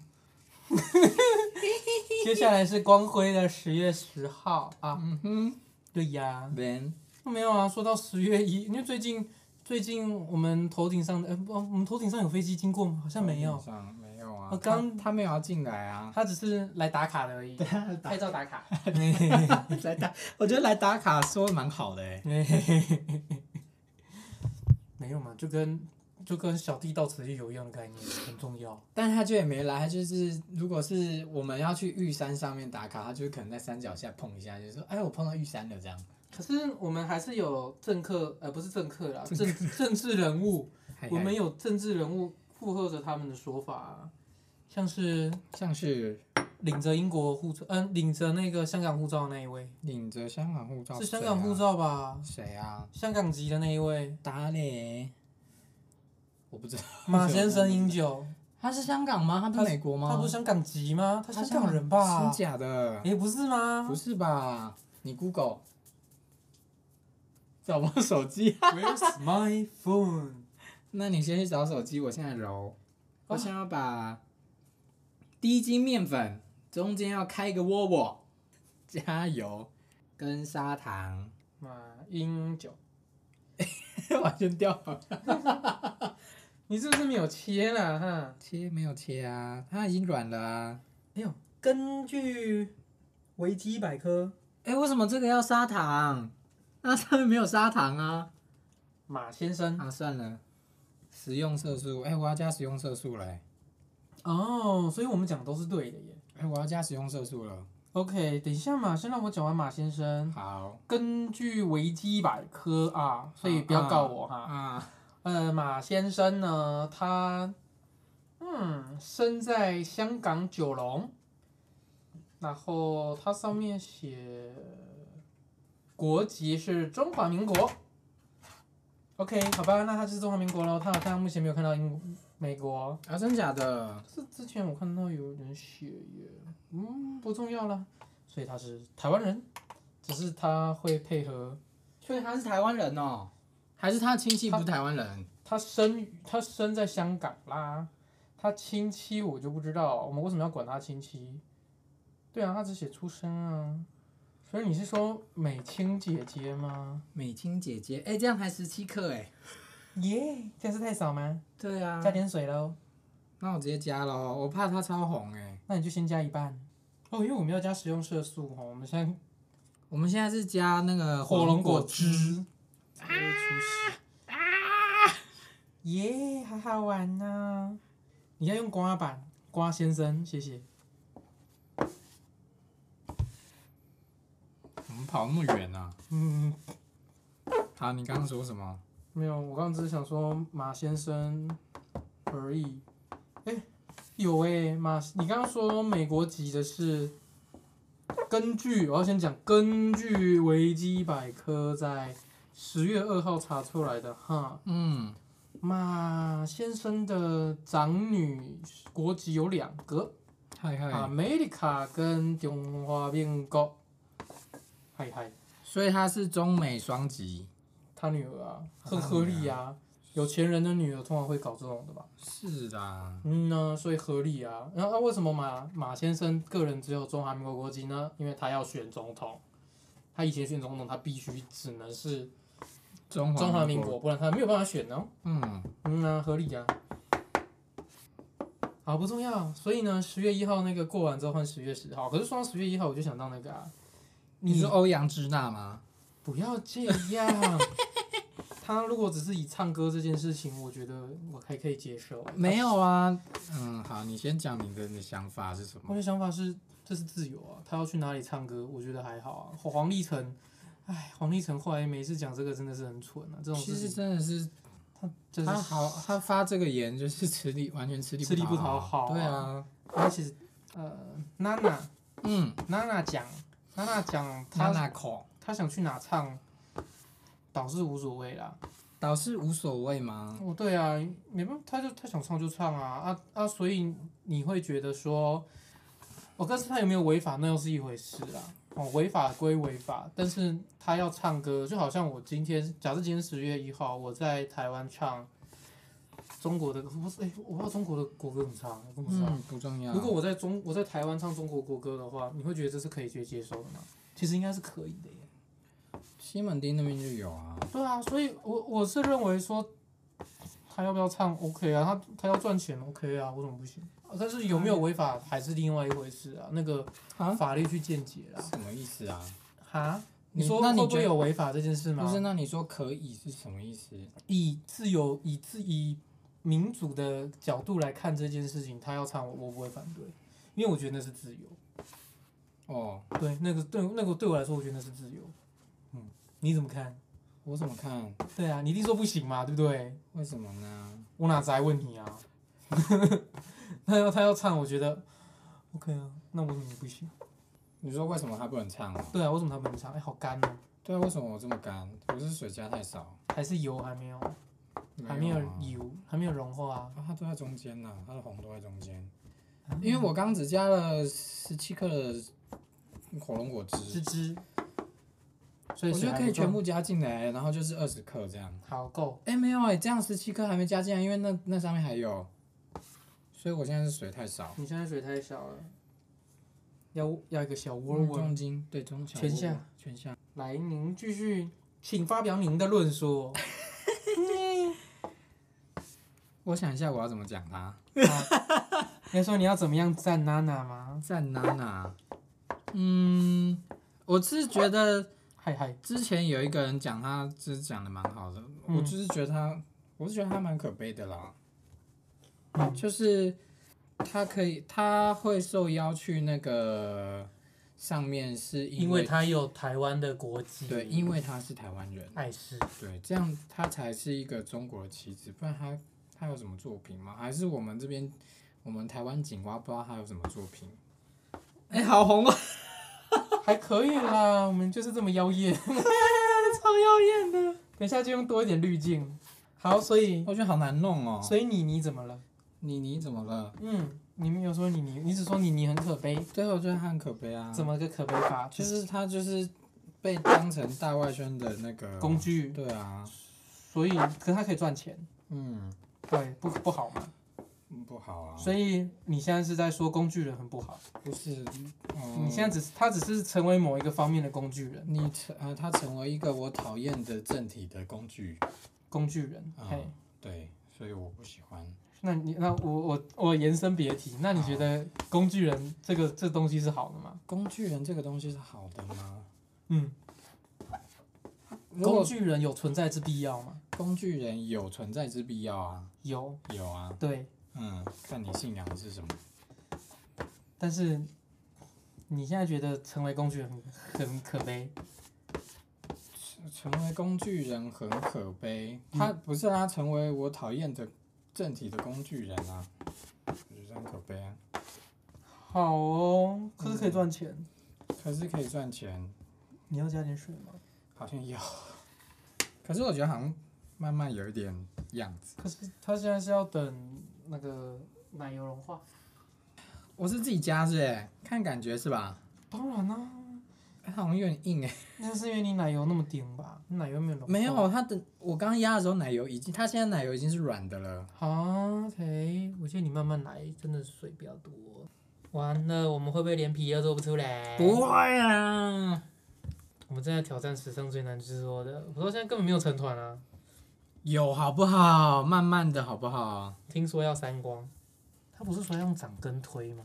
Speaker 1: 接下来是光辉的十月十号啊，
Speaker 2: 嗯哼
Speaker 1: 对呀，
Speaker 2: ，then
Speaker 1: 没有啊。说到十月一，因为最近最近我们头顶上的，呃，不我们头顶上有飞机经过吗？好像没有，
Speaker 2: 上没有啊，
Speaker 1: 我刚
Speaker 2: 他他没有要进来啊，哎
Speaker 1: 他只是来打卡的而已，拍照 打 卡。
Speaker 2: 来打，我觉得来 打卡说得蛮好的哎、
Speaker 1: 嘿嘿嘿嘿嘿没有嘛，就跟就跟小弟到此一游一样的概念，很重要。
Speaker 2: 但他就也没来，他就是如果是我们要去玉山上面打卡，他就是可能在山脚下碰一下，就说哎，我碰到玉山了这样。
Speaker 1: 可是我们还是有政客，呃，不是政客哎啦，政政治人物，
Speaker 2: 嗨
Speaker 1: 我们
Speaker 2: 嗨
Speaker 1: 有政治人物附和着他们的说法啊，像是
Speaker 2: 像是
Speaker 1: 领着英国护照，嗯、领着那个香港护照的那一位，
Speaker 2: 领着香港护照、啊
Speaker 1: 是香港护？照吧？
Speaker 2: 谁啊？
Speaker 1: 香港籍的那一 位，
Speaker 2: 打嘞？我不知道。
Speaker 1: 马先生饮 酒，
Speaker 2: 他是香港吗？他不
Speaker 1: 他
Speaker 2: 是美国吗？
Speaker 1: 他不是香港籍吗？他
Speaker 2: 他
Speaker 1: 香港人吧
Speaker 2: 真？假的？
Speaker 1: 诶，不是吗
Speaker 2: 不？是吧？你 Google 找不到手机，
Speaker 1: Where's my phone？
Speaker 2: 那你先去找手机，我现在揉。我想要把第一斤面粉中间要开一个窝窝，加油跟砂糖，
Speaker 1: 马英九，
Speaker 2: 完全掉了。
Speaker 1: 你是不是没有切啦？哈？
Speaker 2: 切没有切啊？它已经软了啊。
Speaker 1: 没有，根据维基百科，
Speaker 2: 哎，为什么这个要砂糖？那上面没有砂糖啊。
Speaker 1: 马先生
Speaker 2: 啊，算了，食用色素。哎，我要加食用色素了。哎
Speaker 1: 哦，所以我们讲都是对的耶。
Speaker 2: 哎，我要加食用色素了。
Speaker 1: OK，等一下嘛，先让我讲完马先生。
Speaker 2: 好
Speaker 1: 根据维基百科啊，所以不要告我哈。
Speaker 2: 啊，
Speaker 1: 呃，马先生呢，他嗯，生在香港九龙，然后他上面写国籍是中华民国。OK，好吧，那他就是中华民国喽。他好像目前没有看到英美国，
Speaker 2: 啊，真假的？
Speaker 1: 这之前我看到有人写耶，嗯，不重要啦。所以他是台湾人，只是他会配合
Speaker 2: 所以他是台湾人哦，还是他亲戚不是台湾人？
Speaker 1: 他生于他生在香港啦，他亲戚我就不知道，我们为什么要管他亲戚？对啊，他只写出生啊，所以你是说美青姐姐吗？
Speaker 2: 美青姐姐，哎、这样才十七克哎。
Speaker 1: 耶、这样是太少吗？
Speaker 2: 对啊
Speaker 1: 加点水喽，
Speaker 2: 那我直接加喽，我怕它超红哎。
Speaker 1: 那你就先加一半哦，因为我们要加食用色素哦，我们现在
Speaker 2: 我们现在是加那个
Speaker 1: 火龙果
Speaker 2: 果
Speaker 1: 汁才会出事。耶、好好玩呐、你要用刮板，刮先生，谢谢。
Speaker 2: 我们跑那么远啊？
Speaker 1: 嗯。
Speaker 2: 好，你刚刚说什么？
Speaker 1: 没有，我刚刚只是想说马先生而已。哎、有哎、马，你刚刚说美国籍的是根据，我要先讲根据维基百科在十月二号查出来的哈。
Speaker 2: 嗯，
Speaker 1: 马先生的长女国籍有两个，
Speaker 2: 嗨
Speaker 1: 阿
Speaker 2: 嗨，
Speaker 1: 美利卡跟中华民国。嗨嗨，
Speaker 2: 所以他是中美双极。
Speaker 1: 他女儿啊，很合理啊。有钱人的女儿通常会搞这种的吧？
Speaker 2: 是啦，
Speaker 1: 嗯呢，所以合理啊。然后、啊、为什么马马先生个人只有中华民国国籍呢？因为他要选总统，他以前选总统，他必须只能是
Speaker 2: 中
Speaker 1: 中华
Speaker 2: 华
Speaker 1: 民
Speaker 2: 国。
Speaker 1: 国，不然他没有办法选哦。
Speaker 2: 嗯，
Speaker 1: 嗯啊，合理啊。好，不重要。所以呢，十月一号那个过完之后换十月十号，可是说到十月一号，我就想到那个啊，
Speaker 2: 你是欧阳之娜吗？
Speaker 1: 不要这样。 他如果只是以唱歌这件事情，我觉得我还可以接受。欸
Speaker 2: 没有啊。嗯，好，你先讲你的你的想法是什
Speaker 1: 我
Speaker 2: 么？
Speaker 1: 的想法是，这是自由啊，他要去哪里唱歌，我觉得还好啊。黄黄立成，哎，黄立成后来每次讲这个真的是很蠢啊，这种
Speaker 2: 其
Speaker 1: 事
Speaker 2: 实
Speaker 1: 情
Speaker 2: 真的是
Speaker 1: 他就是
Speaker 2: 他好，他发这个言就是吃力，完全吃力
Speaker 1: 吃力不
Speaker 2: 讨
Speaker 1: 讨好啊
Speaker 2: 对啊，
Speaker 1: 而且呃，娜娜
Speaker 2: 嗯，
Speaker 1: 娜娜讲，娜娜讲
Speaker 2: 他
Speaker 1: 她
Speaker 2: 那口
Speaker 1: 她想去哪唱，倒是无所谓啦。
Speaker 2: 倒是无所谓吗？
Speaker 1: 哦，对啊，没办法，他就他想唱就唱啊啊啊！所以你会觉得说，哦，但是他有没有违法，那又是一回事啦。哦，违法归违法，但是他要唱歌，就好像我今天，假设今天十月一号，我在台湾唱中国的，不是，哎、我不知道中国的国歌怎么唱，我不知道。
Speaker 2: 嗯，不重要。
Speaker 1: 如果我在中我在台湾唱中国国歌的话，你会觉得这是可以去接受的吗？其实应该是可以的耶。
Speaker 2: 西门町那边就有啊，
Speaker 1: 对啊，所以我我是认为说，他要不要唱 OK 啊，他他要赚钱 OK 啊，为什么不行？啊但是有没有违法还是另外一回事啊，那个
Speaker 2: 啊
Speaker 1: 法律去见解啦。
Speaker 2: 什么意思啊？
Speaker 1: 哈，
Speaker 2: 你
Speaker 1: 你说
Speaker 2: 那
Speaker 1: 会
Speaker 2: 你
Speaker 1: 不
Speaker 2: 觉
Speaker 1: 会
Speaker 2: 得
Speaker 1: 有违法这件事吗
Speaker 2: 不？是，那你说可以是什么意思？
Speaker 1: 以自由以自以民主的角度来看这件事情，他要唱我我不会反对，因为我觉得那是自由。
Speaker 2: 哦，
Speaker 1: 对，那个对那个对我来说，我觉得那是自由。嗯，你怎么看？
Speaker 2: 我怎么看？
Speaker 1: 对啊，你一定说不行嘛，对不对？
Speaker 2: 为什么呢？
Speaker 1: 我哪来问你啊？他要他要唱，我觉得 OK 啊，那为什么你不行？
Speaker 2: 你说为什么他不能唱吗？
Speaker 1: 对啊，为什么他不能唱？哎、好干哦、
Speaker 2: 对啊，为什么我这么干？我是水加太少，
Speaker 1: 还是油还没有，还没
Speaker 2: 没
Speaker 1: 有
Speaker 2: 啊
Speaker 1: 油，还没有融化啊。
Speaker 2: 啊，它都在中间呐、它的红都在中间。因为我刚只加了十七克的火龙果
Speaker 1: 芝
Speaker 2: 汁，
Speaker 1: 芝，所以
Speaker 2: 我觉
Speaker 1: 水
Speaker 2: 得
Speaker 1: 还
Speaker 2: 可以
Speaker 1: 不够
Speaker 2: 全部加进来，然后就是二十克这样。
Speaker 1: 好够。
Speaker 2: 哎，没有哎，这样十七克还没加进来，因为那那上面还有，所以我现在是水太少。
Speaker 1: 你现在水太小了，要要一个小窝
Speaker 2: 嗯
Speaker 1: 窝。
Speaker 2: 重金对中小
Speaker 1: 全
Speaker 2: 窝窝
Speaker 1: 下
Speaker 2: 全下。
Speaker 1: 来，您继续，请发表您的论述。
Speaker 2: 我想一下我要怎么讲它。
Speaker 1: 你说你要怎么样赞娜娜吗？
Speaker 2: 赞娜娜，嗯，我是觉得
Speaker 1: 嗨嗨，
Speaker 2: 之前有一个人讲他，就是讲的蛮好的，
Speaker 1: 嗯
Speaker 2: 我就是觉得他，我是觉得他蛮可悲的啦，
Speaker 1: 嗯
Speaker 2: 就是他可以，他会受邀去那个上面，是因
Speaker 1: 因为他有台湾的国籍，
Speaker 2: 对，因为他是台湾人，
Speaker 1: 碍事。
Speaker 2: 对，这样他才是一个中国的棋子，不然他他有什么作品吗？还是我们这边我们台湾警蛙不知道他有什么作品？哎、好红
Speaker 1: 哦
Speaker 2: 啊！
Speaker 1: 还可以啦，我们就是这么妖艳， 超妖艳的。等一下就用多一点滤镜。好，所以
Speaker 2: 我觉得好难弄哦。
Speaker 1: 所以你你怎么了？
Speaker 2: 你你怎么了？
Speaker 1: 嗯，你没有说你你，你只说你你很可悲，
Speaker 2: 对，啊我觉得他很可悲啊。
Speaker 1: 怎么个可悲法？
Speaker 2: 就
Speaker 1: 就是
Speaker 2: 他就是被当成大外宣的那个
Speaker 1: 工。具，
Speaker 2: 对啊，
Speaker 1: 所以可他可以赚钱，
Speaker 2: 嗯，
Speaker 1: 对，不不好嘛。
Speaker 2: 嗯不好啊。
Speaker 1: 所以你现在是在说工具人很不好，
Speaker 2: 不是，嗯、
Speaker 1: 你现在只是他只是成为某一个方面的工具人，
Speaker 2: 你成呃，他成为一个我讨厌的政体的工具。
Speaker 1: 工具人。
Speaker 2: 嗯
Speaker 1: 嘿，
Speaker 2: 对，所以我不喜欢。
Speaker 1: 那你那我我我延伸别提，那你觉得工具人这个这东西是好的吗？
Speaker 2: 工具人这个东西是好的吗？
Speaker 1: 嗯，
Speaker 2: 如
Speaker 1: 工
Speaker 2: 果
Speaker 1: 具人有存在之必要吗？
Speaker 2: 工具人有存在之必要啊，
Speaker 1: 有，
Speaker 2: 有啊，
Speaker 1: 对，
Speaker 2: 嗯，看你信仰的是什么。
Speaker 1: 但是你现在觉得成为工具人很很可悲，
Speaker 2: 成为工具人很可悲，他不是他成为我讨厌的政体的工具人啊，我觉得很可悲啊。
Speaker 1: 好哦，可是可以赚钱，
Speaker 2: 可是可以赚钱，
Speaker 1: 你要加点水吗？
Speaker 2: 好像有， 可是我觉得好像慢慢有一点样子。
Speaker 1: 可是他现在是要等那个奶油融化，
Speaker 2: 我是自己加是哎，看感觉是吧？
Speaker 1: 当然啊啦、
Speaker 2: 哎好像有点硬哎，
Speaker 1: 那是因为你奶油那么顶吧？奶油没有融啊化。
Speaker 2: 没有，它的我刚压的时候奶油已经，它现在奶油已经是软的了。
Speaker 1: 好，OK，我觉得你慢慢来，真的水比较多。完了，我们会不会连皮都做不出来？
Speaker 2: 不会啊，
Speaker 1: 我们正在挑战史上最难制作的，我到现在根本没有成团啊！
Speaker 2: 有好不好？慢慢的好不好？
Speaker 1: 听说要三光，他不是说要用掌根推吗？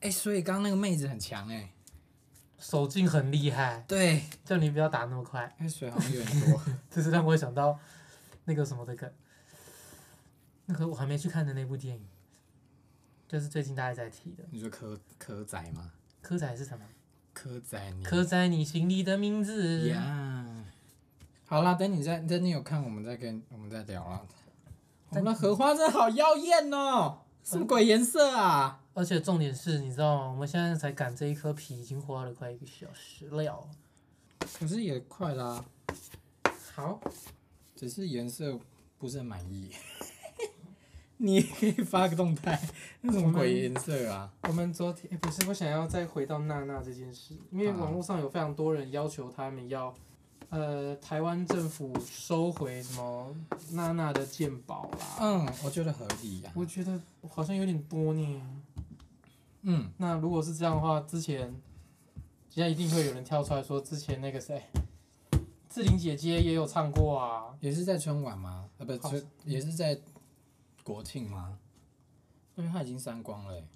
Speaker 2: 哎、所以刚刚那个妹子很强哎、
Speaker 1: 手劲很厉害，
Speaker 2: 对，
Speaker 1: 叫你不要打那么快，
Speaker 2: 哎、水好像有点多。
Speaker 1: 这是让我想到那个什么的梗，那个我还没去看的那部电影，就是最近大家在提的《
Speaker 2: 你说科科仔吗？
Speaker 1: 科仔》是什么？
Speaker 2: 科仔你
Speaker 1: 刻在你心里的名字。
Speaker 2: 呀好啦，等你再等你有看，我们再跟我们再聊啦。我们的荷花真的好耀艳哦，什么鬼颜色啊？
Speaker 1: 而且重点是，你知道吗？我们现在才赶这一颗皮，已经花了快一个小时了。
Speaker 2: 可是也快啦、
Speaker 1: 好，
Speaker 2: 只是颜色不是很满意。 你可以发个动态，那 什么鬼颜色啊？
Speaker 1: 我们昨天、诶不是我想要再回到娜娜这件事，因为
Speaker 2: 啊
Speaker 1: 网络上有非常多人要求他们要，呃，台湾政府收回什么娜娜的鉴宝啦。
Speaker 2: 嗯，我觉得合理呀、
Speaker 1: 我觉得好像有点多呢。
Speaker 2: 嗯，
Speaker 1: 那如果是这样的话，之前现在一定会有人跳出来说，之前那个谁，志玲姐姐也有唱过啊。
Speaker 2: 也是在春晚吗？啊，不是
Speaker 1: 好
Speaker 2: 春，也是在国庆吗？因为它已经删光了欸、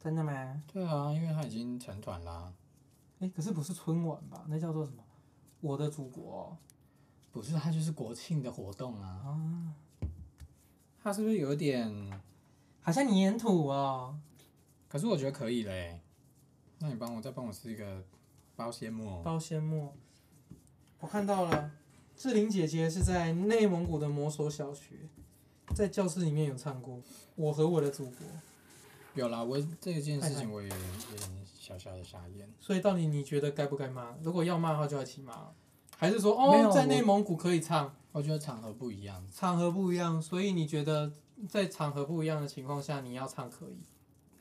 Speaker 1: 真的吗？
Speaker 2: 对啊，因为他已经成团啦、
Speaker 1: 哎，可是不是春晚吧？那叫做什么？我的祖国。不是，它就是国庆的活动啊。
Speaker 2: 它是不是有点？
Speaker 1: 好像你粘土哦，
Speaker 2: 可是我觉得可以嘞。那你帮我再帮我试一个包鲜沫，
Speaker 1: 包鲜沫。我看到了，志玲姐姐是在内蒙古的摩索小学，在教室里面有唱过《我和我的祖国》，
Speaker 2: 有啦，我这件事
Speaker 1: 太太
Speaker 2: 情我也有点小小的傻眼。
Speaker 1: 所以到底你觉得该不该骂？如果要骂的话，就要一起骂，还是说
Speaker 2: 没有
Speaker 1: 哦，在
Speaker 2: 我
Speaker 1: 内蒙古可以唱？
Speaker 2: 我觉得场合不一样，
Speaker 1: 场合不一样，所以你觉得在场合不一样的情况下，你要唱可以？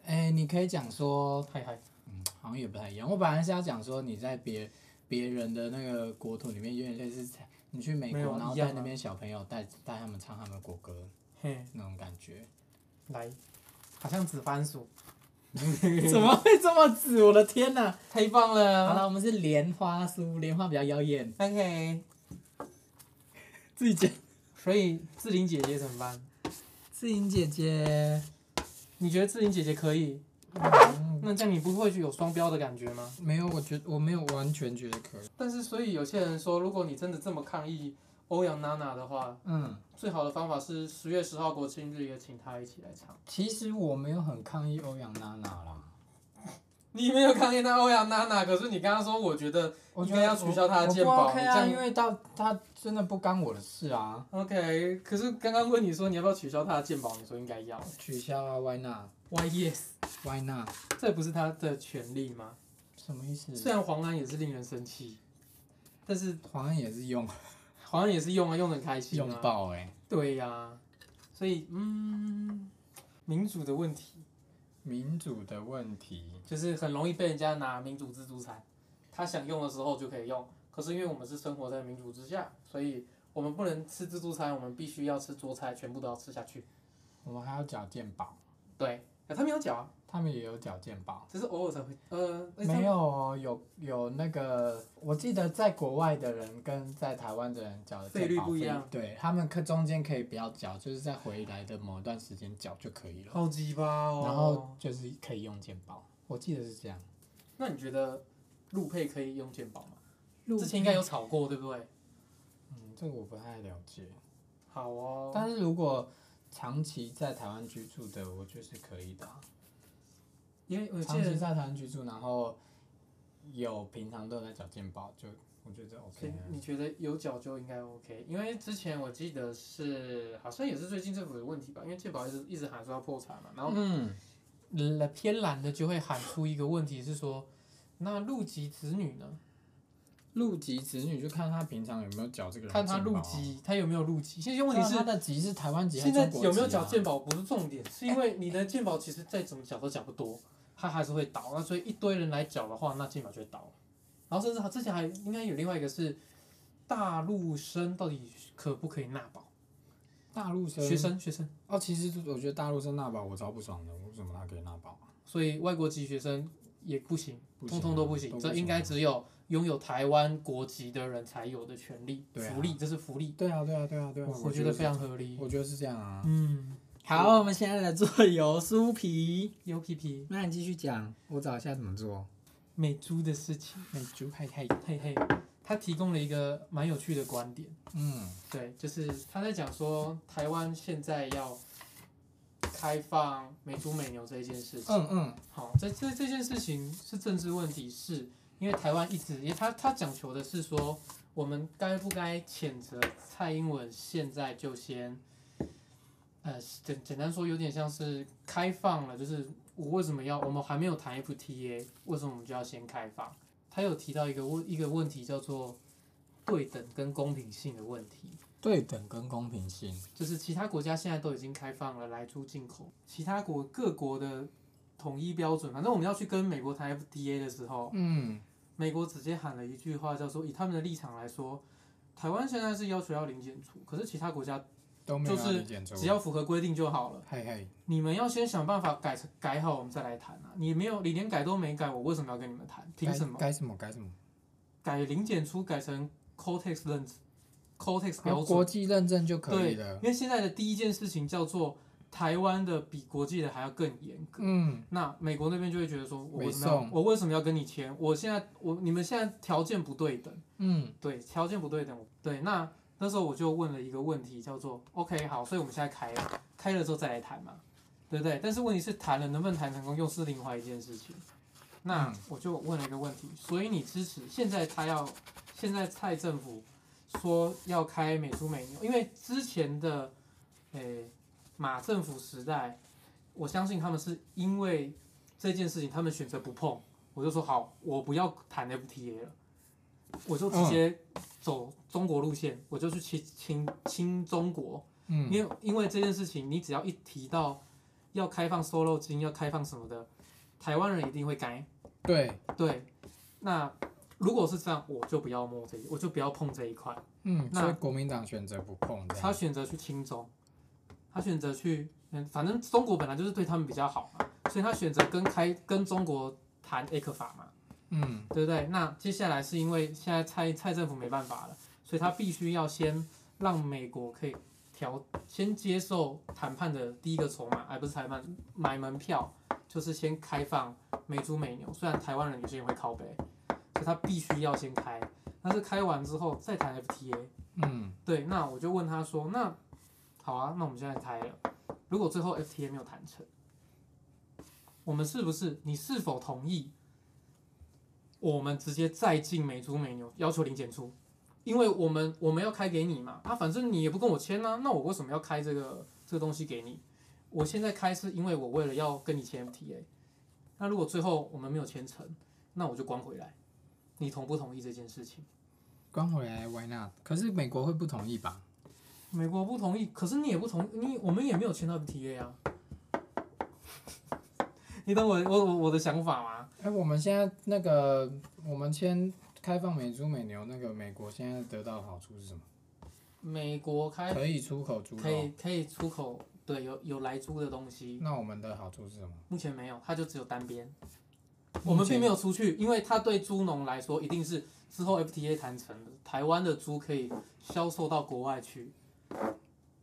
Speaker 2: 哎、你可以讲说，
Speaker 1: 嗨嗨，
Speaker 2: 嗯，好像也不太一样。我本来是要讲说你在别别人的那个国土里面，有点类似你去美
Speaker 1: 没有
Speaker 2: 国，然后
Speaker 1: 一样
Speaker 2: 带那
Speaker 1: 啊
Speaker 2: 边小朋友带带他们唱他们的国歌
Speaker 1: 嘿，
Speaker 2: 那种感 觉。
Speaker 1: 来，好像紫番薯，
Speaker 2: 怎么会这么紫？我的 天哪！
Speaker 1: 太棒
Speaker 2: 好
Speaker 1: 了
Speaker 2: 了，我们是莲花酥，莲花比较妖艳，
Speaker 1: ，OK。
Speaker 2: 自己讲。
Speaker 1: 所以志玲姐姐怎么办？
Speaker 2: 志颖姐姐，
Speaker 1: 你觉得志玲姐姐可以？
Speaker 2: 嗯
Speaker 1: 那这样你不会有双标的感觉吗？
Speaker 2: 没有，我觉我没有完全觉得可以。
Speaker 1: 但是所以有些人说，如果你真的这么抗议欧阳娜娜的话，
Speaker 2: 嗯，
Speaker 1: 最好的方法是十月十号国庆日也请她一起来唱。
Speaker 2: 其实我没有很抗议欧阳娜娜啦，
Speaker 1: 你没有抗议到欧阳娜娜，可是你刚刚说我觉得
Speaker 2: 我觉
Speaker 1: 应
Speaker 2: 得
Speaker 1: 该要取消她的
Speaker 2: 我
Speaker 1: 健保
Speaker 2: 我不 OK
Speaker 1: 你这
Speaker 2: 啊，
Speaker 1: 样
Speaker 2: 因为到她真的不干我的事啊，
Speaker 1: OK，可是刚刚问你说你要不要取消他的鉴宝，你说应该要。
Speaker 2: 取消啊，Why not？Why
Speaker 1: Why yes？
Speaker 2: not？
Speaker 1: 这不是他的权利吗？
Speaker 2: 什么意思？
Speaker 1: 虽然黄安也是令人生气，但是
Speaker 2: 好像也是用
Speaker 1: 黄安也是用啊，用的开心
Speaker 2: 用
Speaker 1: 啊。
Speaker 2: 爆哎、
Speaker 1: 对呀、所以嗯，民主的问题
Speaker 2: 民主的问题，
Speaker 1: 就是很容易被人家拿民主自助餐，他想用的时候就可以用。可是因为我们是生活在民主之下，所以我们不能吃自助餐，我们必须要吃桌菜，全部都要吃下去。
Speaker 2: 我们还要缴健保，
Speaker 1: 对，可他没有缴啊，
Speaker 2: 他们也有缴健保。
Speaker 1: 只是偶尔才会。呃，那他
Speaker 2: 没有哦，有有那个，我记得在国外的人跟在台湾的人缴的
Speaker 1: 费率
Speaker 2: 健保
Speaker 1: 不一
Speaker 2: 费
Speaker 1: 样，
Speaker 2: 对他们可中间可以不要缴，就是在回来的某一段时间缴就可以了，
Speaker 1: 好鸡巴哦。
Speaker 2: 然后就是可以用健保，我记得是这样。
Speaker 1: 那你觉得陆配可以用健保吗？
Speaker 2: 陆
Speaker 1: 之前应该有炒过，对不对？
Speaker 2: 嗯，这个我不太了解，
Speaker 1: 好哦。
Speaker 2: 但是如果长期在台湾居住的，我觉得是可以的啊、
Speaker 1: 因为我记
Speaker 2: 长期
Speaker 1: 得，
Speaker 2: 在台湾居住，然后有平常都有在缴健保，就我觉得
Speaker 1: 所
Speaker 2: OK
Speaker 1: 以
Speaker 2: 啊。
Speaker 1: 你觉得有脚就应该 OK，因为之前我记得是好像也是最近政府的问题吧，因为健保一直一直喊说要破产嘛，然后
Speaker 2: 嗯，
Speaker 1: 懒偏蓝的就会喊出一个问题是说，那入籍子女呢？
Speaker 2: 入籍子女就看他平常有没有缴这个人的
Speaker 1: 看他
Speaker 2: 健保
Speaker 1: 入
Speaker 2: 啊
Speaker 1: 籍，他有没有入籍？现在问题
Speaker 2: 问题是
Speaker 1: 是。
Speaker 2: 的籍是台湾籍啊
Speaker 1: 现在有没有缴
Speaker 2: 缴
Speaker 1: 健保不是重点，是因为你的健保其实再怎么缴都缴不多，它还是会倒。那所以一堆人来缴的话，那健保就会倒。然后甚至他之前还应该有另外一个是大陆生到底可不可以纳保？
Speaker 2: 大陆生
Speaker 1: 学生学生，
Speaker 2: 哦，其实我觉得大陆生纳保我超不爽的，为什么他可以纳保啊？
Speaker 1: 所以外国籍学生也不行，
Speaker 2: 不行
Speaker 1: 通
Speaker 2: 啊
Speaker 1: 通都不
Speaker 2: 都
Speaker 1: 行。
Speaker 2: 不
Speaker 1: 这
Speaker 2: 行
Speaker 1: 应该
Speaker 2: 啊
Speaker 1: 只有拥有台湾国籍的人才有的权利、
Speaker 2: 对啊
Speaker 1: 福利，这是福利，
Speaker 2: 对啊，对啊，对啊，对啊，
Speaker 1: 我觉得非常合理。
Speaker 2: 我觉得是这样啊。
Speaker 1: 嗯，
Speaker 2: 好，我们现在来做油酥皮，
Speaker 1: U P P
Speaker 2: 那你继续讲，我找一下怎么做。
Speaker 1: 美猪的事情。
Speaker 2: 美猪派太，
Speaker 1: 嘿嘿，他提供了一个蛮有趣的观点，
Speaker 2: 嗯，
Speaker 1: 对，就是他在讲说台湾现在要开放美猪美牛这一件事情。
Speaker 2: 嗯嗯，
Speaker 1: 好，这这这件事情是政治问题，是因为台湾一直，因为他他讲求的是说，我们该不该谴责蔡英文现在就先，呃，简简单说有点像是开放了，就是我为什么要我们还没有谈 FTA，为什么我们就要先开放？他有提到一个问一个问题叫做对等跟公平性的问题。
Speaker 2: 对等跟公平性，
Speaker 1: 就是其他国家现在都已经开放了来猪进口，其他国各国的统一标准，反正我们要去跟美国谈 FDA 的时候，
Speaker 2: 嗯，
Speaker 1: 美国直接喊了一句话，叫做以他们的立场来说，台湾现在是要求要零检出，可是其他国家
Speaker 2: 都没有
Speaker 1: 就是
Speaker 2: 理解这个
Speaker 1: 只要符合规定就好了。
Speaker 2: 嘿嘿，
Speaker 1: 你们要先想办法改成改好，我们再来谈啊！你没有，你连改都没改，我为什么要跟你们谈？凭什么？
Speaker 2: 该什么改什么？
Speaker 1: 改零检出改成 Cortex 认 Cortex 标准，
Speaker 2: 有国际认证就可
Speaker 1: 对，
Speaker 2: 以了。
Speaker 1: 因为现在的第一件事情叫做台湾的比国际的还要更严格。
Speaker 2: 嗯，
Speaker 1: 那美国那边就会觉得说，我
Speaker 2: 没
Speaker 1: 为什么要
Speaker 2: 送
Speaker 1: 我为什么要跟你签？我现在我你们现在条件不对等，
Speaker 2: 嗯
Speaker 1: 对，条件不对等，对。那那时候我就问了一个问题，叫做 OK 好，所以我们现在开了，开了之后再来谈嘛，对不对？但是问题是谈了能不能谈成功，又是另外一件事情。那
Speaker 2: 嗯
Speaker 1: 我就问了一个问题，所以你支持现在他要现在蔡政府说要开美猪美牛，因为之前的诶、马政府时代，我相信他们是因为这件事情他们选择不碰，我就说好，我不要谈 FTA 了，我就直接走中国路线，我就去亲亲亲中国，
Speaker 2: 嗯，
Speaker 1: 因为因为这件事情，你只要一提到要开放瘦肉精、要开放什么的，台湾人一定会改。
Speaker 2: 对，
Speaker 1: 对，那如果是这样，我就不要摸这一，我就不要碰这一块。
Speaker 2: 嗯，
Speaker 1: 那
Speaker 2: 所以国民党选择不碰这
Speaker 1: 他
Speaker 2: 样，
Speaker 1: 选择去亲中，他选择去，嗯，反正中国本来就是对他们比较好嘛，所以他选择跟开跟中国谈 A 克法嘛，
Speaker 2: 嗯
Speaker 1: 对不对？那接下来是因为现在蔡蔡政府没办法了，所以他必须要先让美国可以调，先接受谈判的第一个筹码，而哎不是谈判买门票，就是先开放美猪美牛。虽然台湾人有些人会靠背，所以他必须要先开，但是开完之后再谈 FTA。
Speaker 2: 嗯
Speaker 1: 对，那我就问他说，那好啊，那我们现在开了，如果最后 FTA 没有谈成，我们是不是你是否同意我们直接再进美猪美牛，要求零检出？因为我们我们要开给你嘛，啊，反正你也不跟我签啊，那我为什么要开这个这个东西给你？我现在开是因为我为了要跟你签 FTA，那如果最后我们没有签成，那我就关回来，你同不同意这件事情？
Speaker 2: 关回来 Why not？可是美国会不同意吧？
Speaker 1: 美国不同意，可是你也不同你我们也没有签到 FTA 啊。 你懂我我我我的想法吗？
Speaker 2: 哎、我们现在那个我们签开放美猪美牛，那个美国现在得到的好处是什么？
Speaker 1: 美国开
Speaker 2: 可以出口猪
Speaker 1: 哎可以
Speaker 2: 肉。
Speaker 1: 可以出口，对，有有来猪的东西，
Speaker 2: 那我们的好处是什么？
Speaker 1: 目前没有，它就只有单边。我们并没有出去，因为它对猪农来说，一定是之后 FTA 谈成的，台湾的猪可以销售到国外去。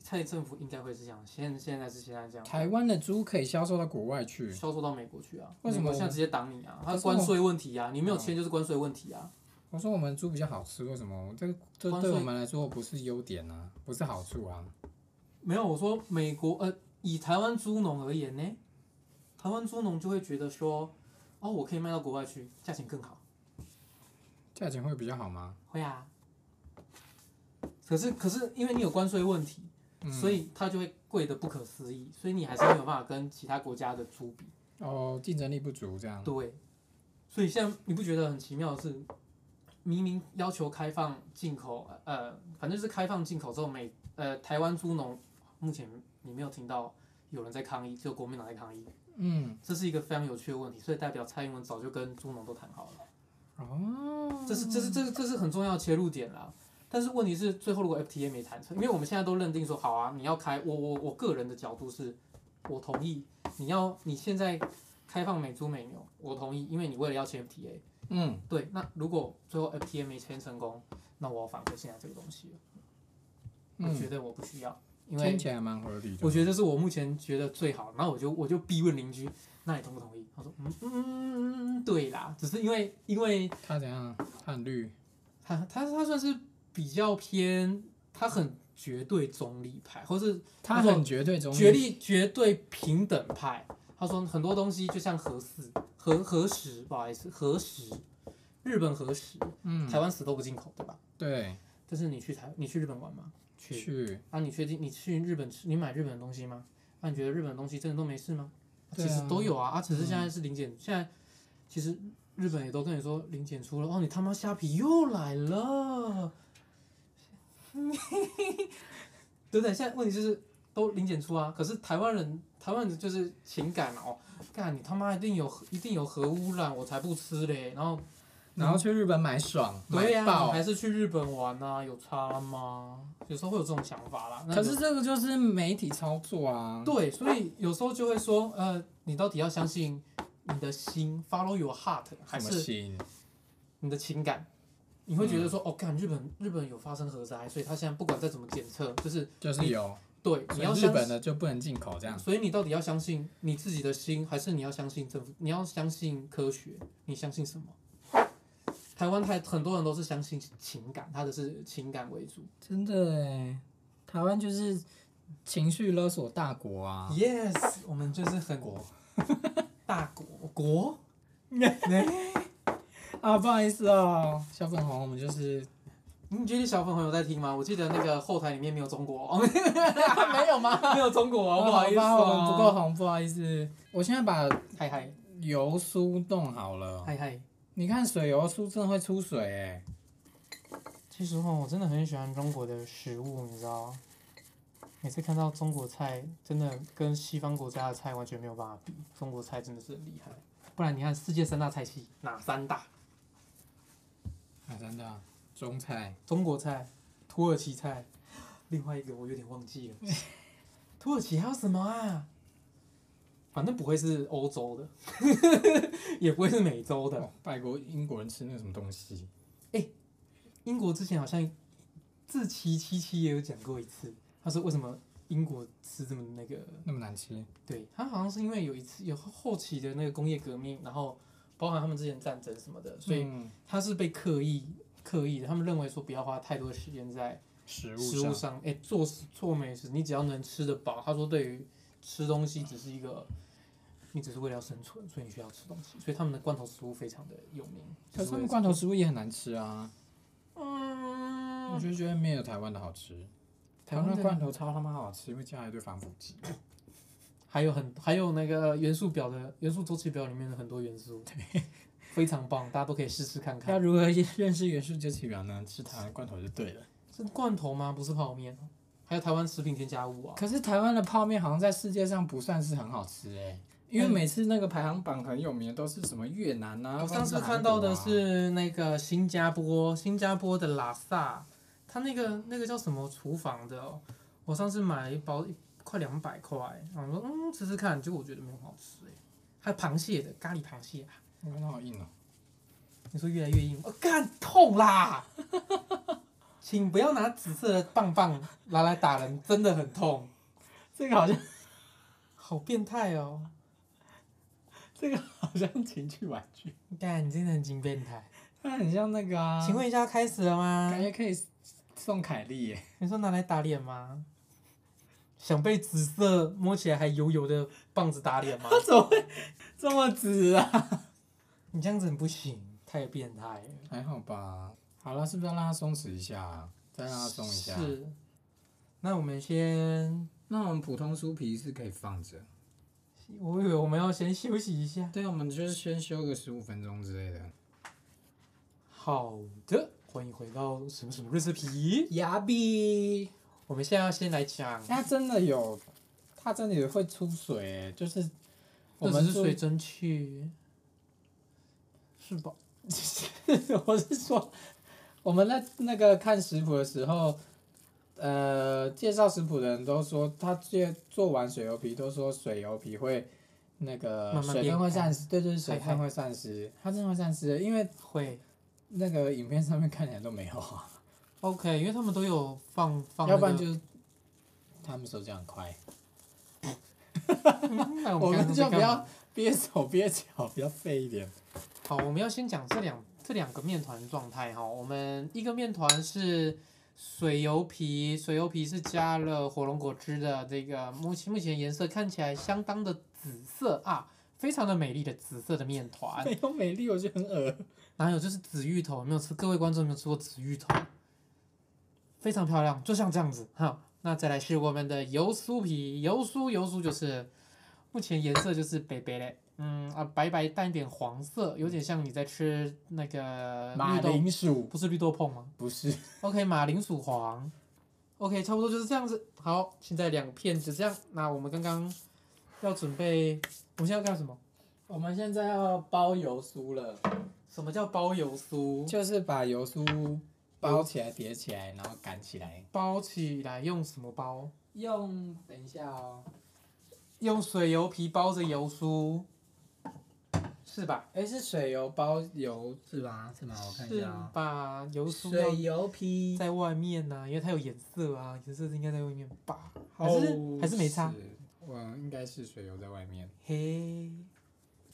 Speaker 1: 蔡政府应该会是这样，现现在是现在这样，
Speaker 2: 台湾的猪可以销售到国外去，
Speaker 1: 销售到美国去啊？
Speaker 2: 为什么
Speaker 1: 美国
Speaker 2: 我
Speaker 1: 现在直接挡你啊？它
Speaker 2: 可是我
Speaker 1: 关税问题啊，你没有签就是关税问题啊。
Speaker 2: 我说我们猪比较好吃，为什么？这这
Speaker 1: 关
Speaker 2: 对
Speaker 1: 税
Speaker 2: 我们来说不是优点啊，不是好处啊。
Speaker 1: 没有，我说美国呃，以台湾猪农而言呢，台湾猪农就会觉得说，哦，我可以卖到国外去，价钱更好，
Speaker 2: 价钱会比较好吗？
Speaker 1: 会啊。可是可是因为你有关税问题，
Speaker 2: 嗯、
Speaker 1: 所以它就会贵的不可思议，所以你还是没有办法跟其他国家的猪比。
Speaker 2: 哦，竞争力不足这样。
Speaker 1: 对，所以现在你不觉得很奇妙的是，明明要求开放进口，呃，反正就是开放进口之后，美呃台湾猪农目前你没有听到有人在抗议，只有国民党在抗议。
Speaker 2: 嗯，
Speaker 1: 这是一个非常有趣的问题，所以代表蔡英文早就跟猪农都谈好了，
Speaker 2: 哦，
Speaker 1: 这是这是这是这是很重要的切入点啦。但是问题是，最后如果 FTA 没谈成，因为我们现在都认定说，好啊，你要开，我我我个人的角度是，我同意，你要你现在开放美猪美牛，我同意，因为你为了要签 FTA，
Speaker 2: 嗯，
Speaker 1: 对，那如果最后 FTA 没签成功，那我要反对现在这个东西了，我觉
Speaker 2: 嗯，
Speaker 1: 得我不需要，因为
Speaker 2: 听起来蛮合理的。
Speaker 1: 我觉得这是我目前觉得最好。然后我就我就逼问邻居，那你同不同意？他说，嗯嗯，对啦，只是因为因为
Speaker 2: 他怎样？他很绿。
Speaker 1: 他他他算是比较偏，他很绝对中立派，或是
Speaker 2: 他很绝对中立
Speaker 1: 绝对绝对平等派。他说很多东西就像核四核核实，不好意思，核实，日本核实，
Speaker 2: 嗯，
Speaker 1: 台湾死都不进口，对吧？
Speaker 2: 对，
Speaker 1: 但是你去台你去日本玩吗？去
Speaker 2: 去，
Speaker 1: 啊，你确定你去日本吃，你买日本的东西吗？那、你觉得日本的东西真的都没事吗？
Speaker 2: 对
Speaker 1: 其实
Speaker 2: 啊
Speaker 1: 都有啊，啊，只是现在是零检，现在其实日本也都跟你说零检出了，哦，你他妈虾皮又来了， 对不对？现在问题就是都零检出啊，可是台湾人，台湾人就是情感嘛，哦，干你他妈一定有一定有核污染，我才不吃嘞，然后
Speaker 2: 然后去日本买爽，
Speaker 1: 对啊呀、
Speaker 2: 买爆
Speaker 1: 你还是去日本玩啊，有差吗？有时候会有这种想法啦，那
Speaker 2: 可
Speaker 1: 有
Speaker 2: 是这个就是媒体操作啊。
Speaker 1: 对，所以有时候就会说，呃，你到底要相信你的心，follow your heart，还
Speaker 2: 什么
Speaker 1: 是
Speaker 2: 心？
Speaker 1: 你的情感？你会觉得
Speaker 2: 嗯
Speaker 1: 说，哦，看日本日本有发生核灾，所以他现在不管再怎么检测，就是
Speaker 2: 就是有，
Speaker 1: 对
Speaker 2: 所
Speaker 1: 你
Speaker 2: 以
Speaker 1: 要
Speaker 2: 日
Speaker 1: 相
Speaker 2: 本
Speaker 1: 信
Speaker 2: 的就不能进口这样。
Speaker 1: 所以你到底要相信你自己的心，还是你要相信政府？你要相信科学？你相信什么？台湾太很多人都是相信情感，他的是情感为主。
Speaker 2: 真的哎，台湾就是情绪勒索大国啊。
Speaker 1: Yes，我们就是很
Speaker 2: 国
Speaker 1: 大国国，
Speaker 2: 啊，不好意思哦，小粉红，我们就是
Speaker 1: 你觉得小粉红有在听吗？我记得那个后台里面没有中国、 哦，没有 吗？没有中国、哦，不好意思、
Speaker 2: 啊吧
Speaker 1: 哦，
Speaker 2: 我们不够。红，不好意思。我现在把
Speaker 1: 嗨嗨
Speaker 2: 油酥弄好了。
Speaker 1: 嗨嗨，
Speaker 2: 你看水油酥真的会出水哎。
Speaker 1: 其实哦，我真的很喜欢中国的食物，你知道，每次看到中国菜，真的跟西方国家的菜完全没有办法比，中国菜真的是很厉害。不然你看世界三大菜系哪三大？
Speaker 2: 啊，真的啊，中菜。
Speaker 1: 中国菜、土耳其菜，另外一个我有点忘记了。 土耳其还有什么啊？反正不会是欧洲的， 也不会是美洲的。
Speaker 2: 哦，外国英国人吃那个什么东西？
Speaker 1: 英国之前好像自奇七七也有讲过一次，他说为什么英国吃这么那个？
Speaker 2: 那么难吃？
Speaker 1: 对他好像是因为有一次有后期的那个工业革命，然后包含他们之前战争什么的，所以
Speaker 2: 嗯
Speaker 1: 他是被刻意刻意的，他们认为说不要花太多时间在
Speaker 2: 食物
Speaker 1: 食
Speaker 2: 上
Speaker 1: 物上，哎、做食做美食，你只要能吃得饱。他说，对于吃东西只是一个，你只是为了要生存，所以你需要吃东西。所以他们的罐头食物非常的有名。
Speaker 2: 可是他
Speaker 1: 为
Speaker 2: 们
Speaker 1: 了
Speaker 2: 罐头食物也很难吃啊，我
Speaker 1: 嗯，
Speaker 2: 就觉得没有台湾的好吃。
Speaker 1: 台
Speaker 2: 台湾
Speaker 1: 湾的
Speaker 2: 的罐头超他妈好吃，因为加一堆防腐剂。
Speaker 1: 还有很还有那个元素表的元素周期表里面的很多元 素，非常棒，大家都可以试试看
Speaker 2: 要
Speaker 1: 看。
Speaker 2: 如何认识元素周期表呢？吃台湾罐头就对了。
Speaker 1: 是罐头吗？不是泡面哦，还有台湾食品添加物啊。
Speaker 2: 可是台湾的泡面好像在世界上不算是很好吃哎、因为每次那个排行榜很有名的都是什么越南啊，
Speaker 1: 我上次
Speaker 2: 或者韩
Speaker 1: 看
Speaker 2: 国啊
Speaker 1: 到的是那个新加坡，新加坡的拉萨，它那个那个叫什么厨房的哦、我上次买了一包快两百块，然后说嗯吃吃看，结果我觉得没有很好吃哎，还有螃蟹的咖喱螃蟹啊，
Speaker 2: 我看到好硬哦、
Speaker 1: 你说越来越硬，我、哦、干痛啦！ 请不要拿紫色的棒棒拿来打人，真的很痛，
Speaker 2: 这个好像
Speaker 1: 好变态哦！
Speaker 2: 这个好像情趣玩具，
Speaker 1: 干，你真的很经变态。
Speaker 2: 它很像那个啊。
Speaker 1: 请问一下，开始了吗？
Speaker 2: 感觉可以送凯莉耶、
Speaker 1: 你说拿来打脸吗？想被紫色摸起来还油油的棒子打脸吗？
Speaker 2: 怎么会这么紫啊？
Speaker 1: 你这样子很不行，太变态了。
Speaker 2: 还好吧。好了，是不是要让它松弛一下啊？再让它松一下。。
Speaker 1: 是。那我们先，
Speaker 2: 那我们普通酥皮是可以放着。
Speaker 1: 我以为我们要先休息一下。
Speaker 2: 对，我们就是先修个十五分钟之类的。
Speaker 1: 好的，欢迎回到什么什么日式皮。
Speaker 2: 牙比，
Speaker 1: 我们现在要先来讲，
Speaker 2: 它真的有，它真的有会出水耶、就是我
Speaker 1: 那
Speaker 2: 们
Speaker 1: 只是水
Speaker 2: 说，
Speaker 1: 蒸气，是吧？
Speaker 2: 我是说，我们在那个看食谱的时候。呃，介绍食谱的人都说，他做做完水油皮都说水油皮会那个
Speaker 1: 慢慢
Speaker 2: 水
Speaker 1: 变
Speaker 2: 分会
Speaker 1: 干
Speaker 2: 散失，对对，对水
Speaker 1: 嗨
Speaker 2: 分
Speaker 1: 嗨
Speaker 2: 会散失，它真的会散失，因为
Speaker 1: 会
Speaker 2: 那个影片上面看起来都没有啊，
Speaker 1: ，OK，因为他们都有放 放、那
Speaker 2: 要不
Speaker 1: 个
Speaker 2: 然就是他们手脚很快，
Speaker 1: 那
Speaker 2: 我
Speaker 1: 我们刚刚
Speaker 2: 们就
Speaker 1: 在
Speaker 2: 不
Speaker 1: 干嘛
Speaker 2: 要憋手憋脚，比较废一点。
Speaker 1: 好，我们要先讲这两这两个面团状态哈。我们一个面团是水油皮，水油皮是加了火龙果汁的，这个目前目前颜色看起来相当的紫色啊，非常的美丽的紫色的面团。
Speaker 2: 没有美丽，我觉得很恶。
Speaker 1: 哪有就是紫芋头，有没有吃？各位观众有没有吃过紫芋头？非常漂亮，就像这样子哈。那再来是我们的油酥皮，油酥油酥就是目前颜色就是北北嘞，嗯啊白白淡一点黄色，有点像你在吃那个
Speaker 2: 马
Speaker 1: 绿豆，
Speaker 2: 铃薯
Speaker 1: 不是绿豆椪吗
Speaker 2: 不是，
Speaker 1: ？OK，马铃薯黄，OK，差不多就是这样子。好，现在两片就这样。那我们刚刚要准备，我们现在要干什么？
Speaker 2: 我们现在要包油酥了，
Speaker 1: 什么叫包油酥？
Speaker 2: 就是把油酥包起来、叠起来，然后擀起来。
Speaker 1: 包起来用什么包？
Speaker 2: 用等一下哦，
Speaker 1: 用水油皮包着油酥，是吧？
Speaker 2: 哎，是水油包油是吧？是吗？我看一
Speaker 1: 是
Speaker 2: 下啊，
Speaker 1: 吧？油酥
Speaker 2: 水
Speaker 1: 要
Speaker 2: 油皮
Speaker 1: 在外面呐、因为它有颜色啊，颜色是应该在外面吧？还是还是没差？
Speaker 2: 我应该是水油在外面。
Speaker 1: 嘿，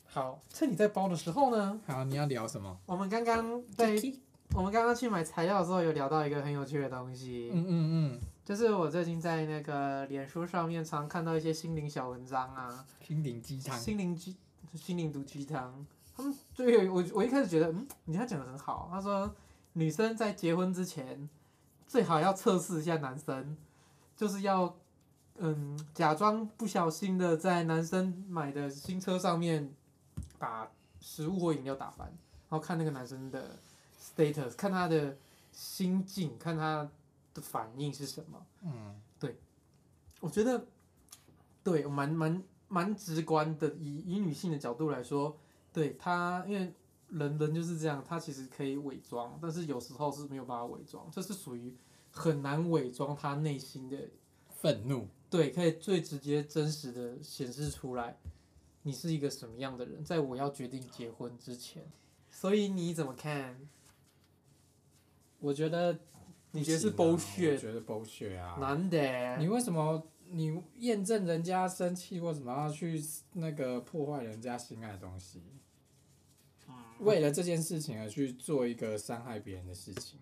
Speaker 1: 好，趁你在包的时候呢，
Speaker 2: 好，你要聊什么？
Speaker 1: 我们刚刚在我们刚刚去买材料的时候，有聊到一个很有趣的东西，
Speaker 2: 嗯嗯
Speaker 1: 就是我最近在那个脸书上面常看到一些心灵小文章啊，
Speaker 2: 嗯，心灵鸡汤。
Speaker 1: 心灵鸡心灵毒鸡汤，他们就有我我一开始觉得，嗯，你他讲的很好，他说女生在结婚之前最好要测试一下男生，就是要嗯假装不小心的在男生买的新车上面把食物或饮料打翻，然后看那个男生的 status，看他的心境，看他的反应是什么。
Speaker 2: 嗯，
Speaker 1: 我觉得，对，我蛮蛮蛮直观的。以以女性的角度来说，对她，因为人人就是这样，她其实可以伪装，但是有时候是没有办法伪装，这是属于很难伪装她内心的，
Speaker 2: 愤怒。
Speaker 1: 对，可以最直接、真实的显示出来，你是一个什么样的人，在我要决定结婚之前。所以你怎么看？
Speaker 2: 我觉得
Speaker 1: 你觉得是
Speaker 2: 不
Speaker 1: bullshit？
Speaker 2: 行啊我觉得 bullshit 啊。
Speaker 1: 难得，
Speaker 2: 你为什么你验证人家生气或什么要去那个破坏人家心爱的东西？
Speaker 1: 嗯
Speaker 2: 为了这件事情而去做一个伤害别人的事情，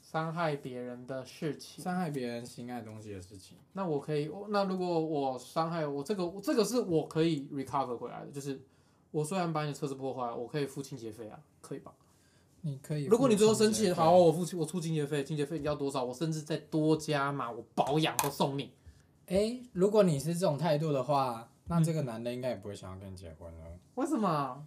Speaker 1: 伤害别人的事情。
Speaker 2: 伤害别人心爱的东西的事情，
Speaker 1: 那我可以，我那如果我伤害我这个，这个是我可以 recover 回来的，就是我虽然把你的车子破坏，我可以付清洁费啊，可以吧？
Speaker 2: 你可以。
Speaker 1: 如果你最后生气，好，，我付清我出清洁费，清洁费你要多少？我甚至再多加嘛，我保养都送你。
Speaker 2: 哎，如果你是这种态度的话，那这个男的应该也不会想要跟你结婚了。
Speaker 1: 为什么？啊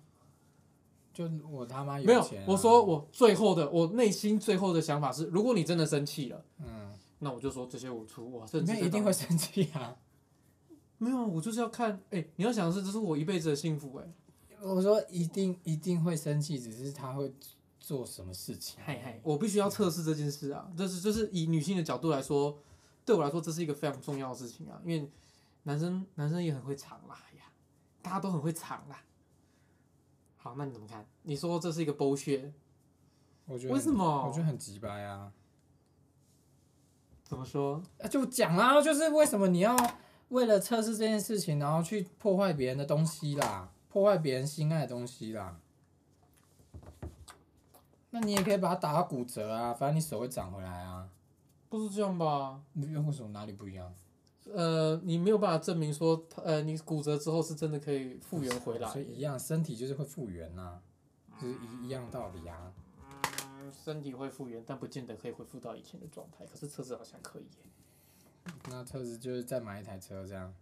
Speaker 2: 就我他妈
Speaker 1: 没有
Speaker 2: 钱、啊，，
Speaker 1: 我说我最后的，我内心最后的想法是，如果你真的生气了，
Speaker 2: 嗯，
Speaker 1: 那我就说这些我出，我甚
Speaker 2: 你
Speaker 1: 至
Speaker 2: 们一定会生气啊。
Speaker 1: 没有啊，我就是要看，哎、你要想的是，这是我一辈子的幸福、
Speaker 2: 我说一定一定会生气，只是他会做什么事情。
Speaker 1: 嗨嗨，我必须要测试这件事啊，这是就是以女性的角度来说，对我来说这是一个非常重要的事情啊，因为男生男生也很会藏啦哎呀，大家都很会藏啦。好，那你怎么看？你说这是一个剥削，
Speaker 2: 我觉得
Speaker 1: 为
Speaker 2: 很
Speaker 1: 什么？
Speaker 2: 我觉得很急掰啊！
Speaker 1: 怎么说？
Speaker 2: 啊就讲啦、就是为什么你要为了测试这件事情，然后去破坏别人的东西啦，破坏别人心爱的东西啦？那你也可以把它打到骨折啊，反正你手会长回来啊。
Speaker 1: 不是这样吧？
Speaker 2: 你为什么哪里不一样？
Speaker 1: 呃，你没有办法证明说，呃，你骨折之后是真的可以复原回来
Speaker 2: 所，以一样，身体就是会复原呐、就是一一样道理啊。
Speaker 1: 嗯身体会复原，但不见得可以恢复到以前的状态。可是车子好像可以耶。
Speaker 2: 那特斯就是再买一台车这样，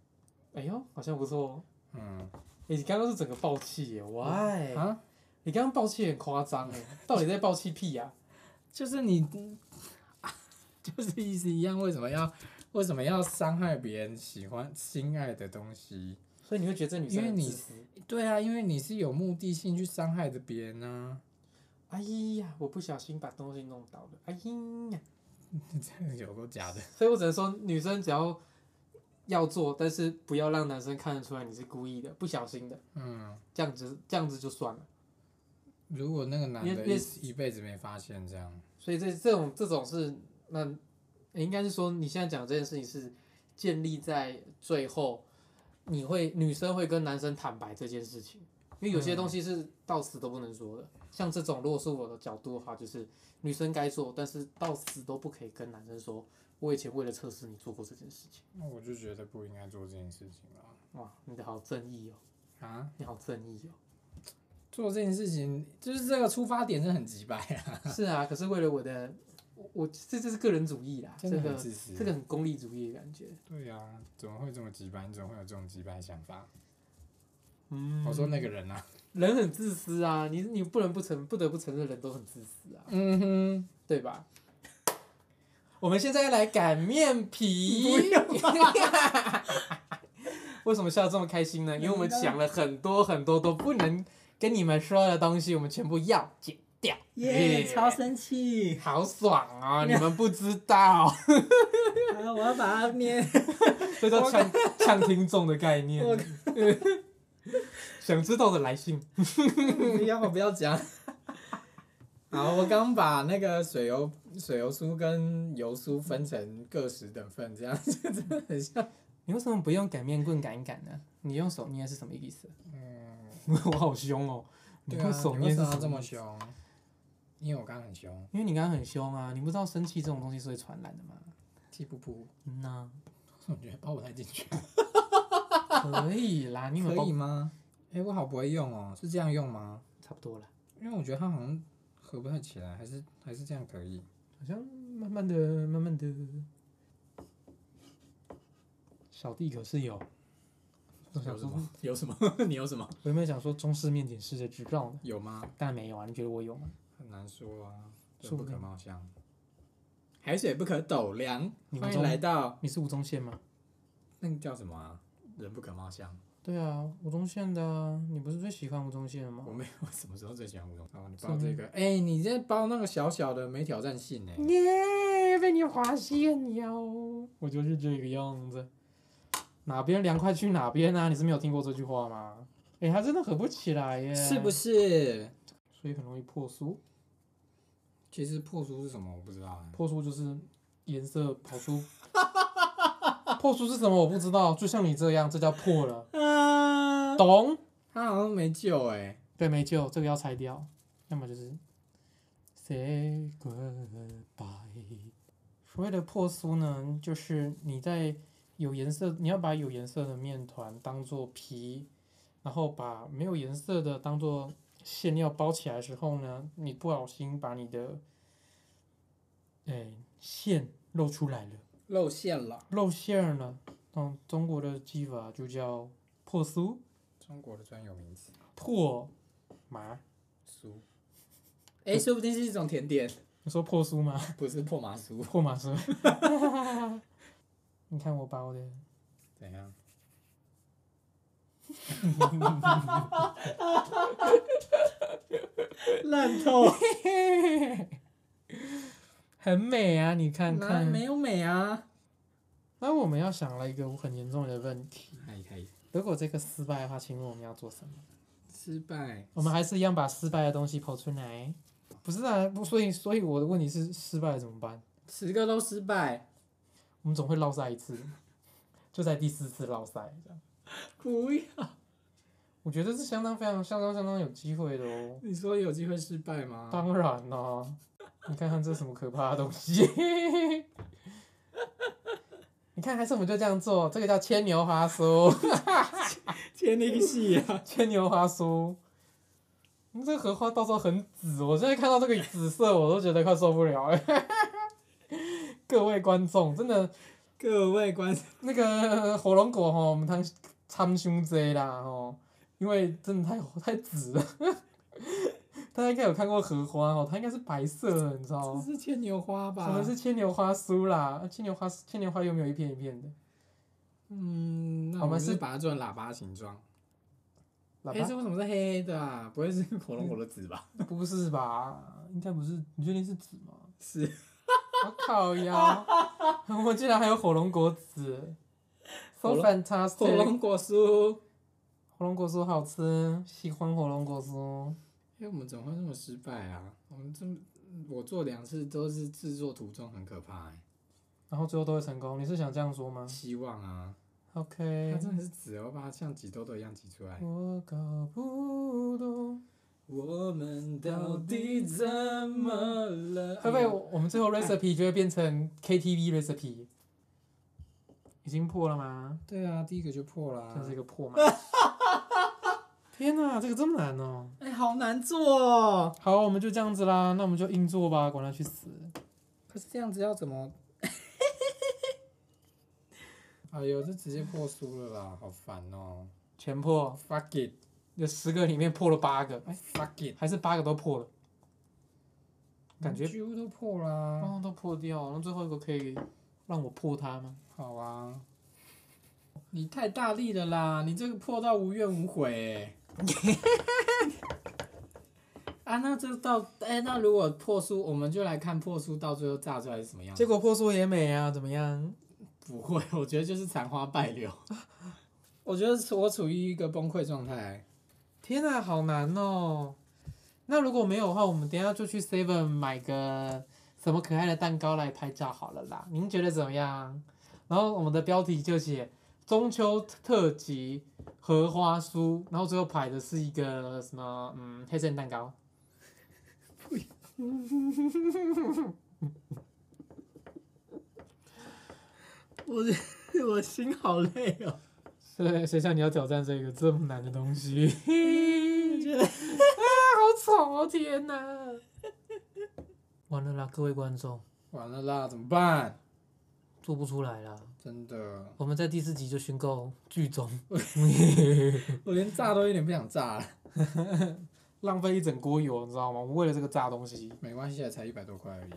Speaker 1: 哎呦，好像不错哦。
Speaker 2: 嗯
Speaker 1: 哎、你刚刚是整个爆气耶？Why？
Speaker 2: 啊。
Speaker 1: 你刚刚爆气很夸张哎，到底在爆气屁啊呀、
Speaker 2: 就是你， 就是意思一样，为什么要为什么要伤害别人喜欢心爱的东西？
Speaker 1: 所以你会觉得这女生
Speaker 2: 因为
Speaker 1: 很
Speaker 2: 你
Speaker 1: 自私？
Speaker 2: 对啊，因为你是有目的性去伤害的别人啊，
Speaker 1: 哎呀，我不小心把东西弄倒了，哎呀！
Speaker 2: 这个有够假的。
Speaker 1: 所以我只能说，女生只要要做，但是不要让男生看得出来你是故意的、不小心的，
Speaker 2: 嗯，
Speaker 1: 这样子这样子就算了。
Speaker 2: 如果那个男
Speaker 1: 因
Speaker 2: 的
Speaker 1: 为因为
Speaker 2: 一一辈子没发现这样，
Speaker 1: 所以这这种这种是那、诶应该是说你现在讲的这件事情是建立在最后，你会女生会跟男生坦白这件事情，因为有
Speaker 2: 嗯
Speaker 1: 些东西是到死都不能说的。像这种如果是我的角度的话，就是女生该做，但是到死都不可以跟男生说，我以前为了测试你做过这件事情。
Speaker 2: 那我就觉得不应该做这件事情了。
Speaker 1: 哇，你的好正义哦，
Speaker 2: 啊，
Speaker 1: 你好正义哦
Speaker 2: 做这件事情就是这个出发点是很鸡掰啊，
Speaker 1: 哦。 是啊，可是为了我的，我我这这是个人主义啦，这
Speaker 2: 真的很
Speaker 1: 个
Speaker 2: 自私。啊
Speaker 1: 这个很功利主义的感觉。
Speaker 2: 对啊，怎么会这么鸡掰？你怎么会有这种鸡掰想法？
Speaker 1: 嗯，
Speaker 2: 我说那个人啊，
Speaker 1: 人很自私啊，你你不能不承不得不承认人都很自私啊，
Speaker 2: 嗯哼。
Speaker 1: 对吧？我们现在来擀面皮， 为什么笑得这么开心呢？因为我们
Speaker 4: 嗯
Speaker 1: 讲了很多很多都不能跟你们说的东西，我们全部要剪掉，
Speaker 4: 耶、
Speaker 1: Yeah
Speaker 4: 超生气！
Speaker 1: 好爽啊！你们不知道，
Speaker 4: 啊，我要把它捏。
Speaker 1: 这叫呛呛听众的概念
Speaker 4: 我。
Speaker 1: 想知道的来信，
Speaker 2: 不要不要讲。好，我刚把那个水油水油酥跟油酥分成各十等份，这样子真的很像。
Speaker 1: 你为什么不用擀面棍擀一擀呢？你用手捏是什么意思？
Speaker 2: 嗯，
Speaker 1: 我好凶哦！你
Speaker 2: 对
Speaker 1: 用
Speaker 2: 啊，
Speaker 1: 手
Speaker 2: 你为
Speaker 1: 捏
Speaker 2: 什
Speaker 1: 是
Speaker 2: 么要
Speaker 1: 什
Speaker 2: 这么
Speaker 1: 意思？
Speaker 2: 凶？因为我刚刚很凶，
Speaker 1: 因为你刚刚很凶啊！你不知道生气这种东西是会传染的 吗？
Speaker 2: 气噗噗，
Speaker 1: 嗯呐、
Speaker 2: 我觉得把我带进去
Speaker 1: 可以啦，你有
Speaker 2: 可
Speaker 1: 没有
Speaker 2: 以吗？哎、我好不会用哦，是这样用吗？
Speaker 1: 差不多啦，
Speaker 2: 因为我觉得它好像合不太起来，还是还是这样可以。
Speaker 1: 好像慢慢的、慢慢的，小弟可是有，我想说，？
Speaker 2: 有什么？你有什么？
Speaker 1: 我有没有想说中式面点师的执照呢？
Speaker 2: 有吗？
Speaker 1: 当然没有啊！你觉得我有吗？
Speaker 2: 很难说啊，人
Speaker 1: 说不
Speaker 2: 不可
Speaker 1: 定
Speaker 2: 貌相，海水不可斗量。
Speaker 1: 你
Speaker 2: 欢
Speaker 1: 们
Speaker 2: 迎
Speaker 1: 中
Speaker 2: 来到
Speaker 1: 你是吴宗宪吗？
Speaker 2: 那个叫什么啊？人不可貌相。
Speaker 1: 对啊，吴宗宪的啊，你不是最喜欢吴宗宪的吗
Speaker 2: 我？没有什么时候最喜欢吴宗宪。哦，你
Speaker 1: 是
Speaker 2: 包这
Speaker 1: 吗
Speaker 2: 个，哎、你这包那个小小的没挑战性哎、
Speaker 1: 耶被你发现哟！我就是这个样子，哪边凉快去哪边啊！你是没有听过这句话吗？哎、它真的合不起来耶，
Speaker 2: 是不？是？
Speaker 1: 所以很容易破书，
Speaker 2: 其实破书是什么我不知道哎、
Speaker 1: 破书就是颜色跑出。破书是什么？我不知道，就像你这样，这叫破了，
Speaker 2: 啊，
Speaker 1: 懂？
Speaker 2: 他好像没救哎、
Speaker 1: 对，没救，这个要拆掉，要么就是 say goodbye。所谓的破酥呢，就是你在有颜色，你要把有颜色的面团当做皮，然后把没有颜色的当做馅料包起来的时候呢，你不小心把你的，哎、馅露出来了，
Speaker 2: 露馅了。
Speaker 1: 露馅儿了。嗯，中国的技法就叫破酥，
Speaker 2: 中国的专有名词，
Speaker 1: 破麻。
Speaker 2: 酥。哎、说不定是一种甜点，
Speaker 1: 你说破酥吗？
Speaker 2: 不是破麻酥。
Speaker 1: 破马车。 你看我把 我的，
Speaker 2: 怎样？ 烂透了！
Speaker 1: 很美啊！你看
Speaker 2: 哪
Speaker 1: 看。
Speaker 2: 没有美啊！
Speaker 1: 那我们要想了一个很严重的问题：
Speaker 2: 可以可以，
Speaker 1: 如果这个失败的话，请问我们要做什么？
Speaker 2: 失败。
Speaker 1: 我们还是一样把失败的东西抛出来？不是啊，不，所以所以我的问题是失败了怎么办？
Speaker 2: 十个都失败，
Speaker 1: 我们总会落赛一次， 就在第四次落赛这样。
Speaker 2: 不要！
Speaker 1: 我觉得是相当非常相当相当有机会的哦。
Speaker 2: 你说有机会失败吗？
Speaker 1: 当然啦、你看看这什么可怕的东西？ 你看，还是我们就这样做，这个叫牵牛花酥，
Speaker 2: 天灵戏 啊！
Speaker 1: 牵牛花酥。你这荷花到时候很紫，我现在看到这个紫色，我都觉得快受不了 了。各位观众，真的
Speaker 2: 各位观众，
Speaker 1: 那个火龙果吼，我们汤参伤济啦吼，因为真的太太紫了。 大家应该有看过荷花哦，它应该是白色的，你知道吗
Speaker 2: 这？是牵牛花
Speaker 1: 什
Speaker 2: 吧
Speaker 1: 么？是牵牛花酥啦？牵牛花牵牛花又没有一片一片的。
Speaker 2: 哎嗯，那
Speaker 1: 我们
Speaker 2: 我们
Speaker 1: 是
Speaker 2: 是把它做成喇叭形状。
Speaker 1: 喇
Speaker 2: 哎，
Speaker 1: 叭、
Speaker 2: 这为什么是黑黑的啊？不会是 火龙果的籽吧？
Speaker 1: 不是吧？应该不是，你确定是籽吗？
Speaker 2: 是，
Speaker 1: 我靠呀！我竟然还有火龙果籽，so
Speaker 2: 火龙
Speaker 1: fantastic！
Speaker 2: 火龙果酥。
Speaker 1: 火龙果酥好吃，喜欢火龙果酥。
Speaker 2: 哎、我们怎么会那么失败啊？我们这么我做两次都是制作途中很可怕、欸，
Speaker 1: 然后最后都会成功，你是想这样说吗
Speaker 2: 希望啊，它
Speaker 1: ？OK，
Speaker 2: 真的是纸哦，把它像挤痘痘一样挤出来。
Speaker 1: 我搞不懂。
Speaker 2: 我们
Speaker 1: 到底
Speaker 2: 怎么了
Speaker 1: 会不会我我们最后 recipe 就会变成 KTV recipe？已经破了吗？
Speaker 2: 对啊，第一个就破啦、
Speaker 1: 真是一个 破嘛！天哪、这个这么难哦、
Speaker 2: 哎、好难做哦。
Speaker 1: 好，我们就这样子啦，那我们就硬做吧，管他去死！
Speaker 2: 可是这样子要怎么？ 哎呦，这直接破书了啦，好烦哦、
Speaker 1: 全破，
Speaker 2: Fuck it，
Speaker 1: 有十个里面破了八个，
Speaker 2: 哎，fuck it，
Speaker 1: 还是八个都破了，感觉
Speaker 2: 几乎都破啦。
Speaker 1: 哦，都破掉了，那最后一个可以让我破它吗？
Speaker 2: 好啊，你太大力了啦！你这个破到无怨无悔、 欸。啊，那这到哎、那如果破书，我们就来看破书到最后炸出来是什么样
Speaker 1: 结
Speaker 2: 子。
Speaker 1: 果破书也美啊，怎么样？
Speaker 2: 不会，我觉得就是残花败 柳。我觉得我处于一个崩溃状态。
Speaker 1: 天哪、好难哦！那如果没有的话，我们等一下就去 Seven 买个什么可爱的蛋糕来拍照好了啦，您觉得怎么样？然后我们的标题就写中秋特辑荷花酥，然后最后排的是一个什么嗯黑森蛋糕。
Speaker 4: 我我心好累哦，
Speaker 1: 对，谁像你要挑战这个这么难的东 西？啊
Speaker 4: 我觉得
Speaker 1: 好丑哦！天哪！ 完了啦，各位观众
Speaker 2: 完了啦，怎么办？
Speaker 1: 做不出来啦。
Speaker 2: 真的，
Speaker 1: 我们在第四集就宣告剧终，
Speaker 2: 我连炸都有点不想炸了。
Speaker 1: 浪费一整锅油，你知道吗？我们为了这个炸东西，
Speaker 2: 没关系啊，才一百多块而已。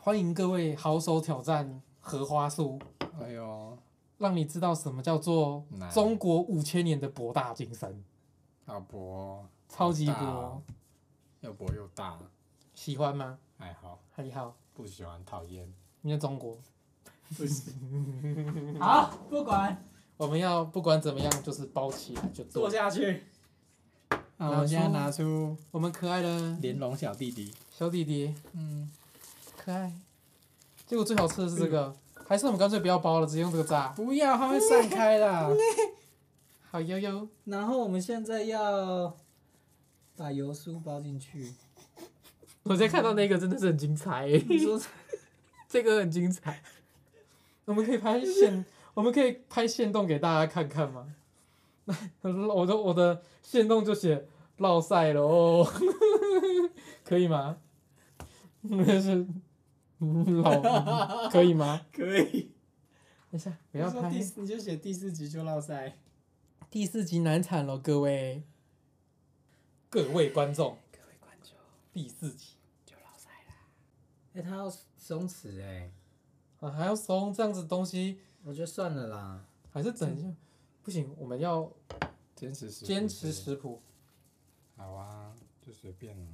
Speaker 1: 欢迎各位好手挑战荷花酥，
Speaker 2: 哎呦，
Speaker 1: 让你知道什么叫做
Speaker 2: 难
Speaker 1: 中国五千年的博大精深，
Speaker 2: 好薄，
Speaker 1: 超级
Speaker 2: 好大
Speaker 1: 博
Speaker 2: 哦，又薄又大，
Speaker 1: 喜欢吗？
Speaker 2: 还好，
Speaker 1: 还好，
Speaker 2: 不喜欢，讨厌。
Speaker 1: 因为中国，
Speaker 4: 不是。好，不管，
Speaker 1: 我们要不管怎么样，就是包起来就
Speaker 4: 坐
Speaker 1: 做。
Speaker 4: 下去。
Speaker 2: 那啊我们现在拿出
Speaker 1: 我们可爱的
Speaker 2: 玲珑小弟弟，
Speaker 1: 小弟弟，
Speaker 2: 嗯，
Speaker 1: 可爱。哎结果最好吃的是这个，还是我们干脆不要包了，直接用这个炸。
Speaker 2: 不要，它会散开啦。
Speaker 1: 好悠悠，
Speaker 4: 然后我们现在要把油酥包进去。
Speaker 1: 我在看到那个真的是很精彩、欸。
Speaker 4: 你说
Speaker 1: 这个很精彩。我们可以拍线，我们可以拍线动给大家看看吗？我的我的线动就写落赛了哦， 可以吗？那是嗯 老可以吗？
Speaker 4: 可以？
Speaker 1: 等一下，不
Speaker 2: 不
Speaker 1: 要拍
Speaker 2: 第四，你就写第四集就落塞。
Speaker 1: 第四集难产了，各位各位观众，
Speaker 4: 各位观众，
Speaker 1: 第四集
Speaker 4: 哎、他要松弛哎、
Speaker 1: 啊还要松这样子东西，
Speaker 4: 我觉得算了啦。
Speaker 1: 还是整一下不行，我们要
Speaker 2: 坚持十，
Speaker 1: 坚持。食谱。
Speaker 2: 好啊，就随便了。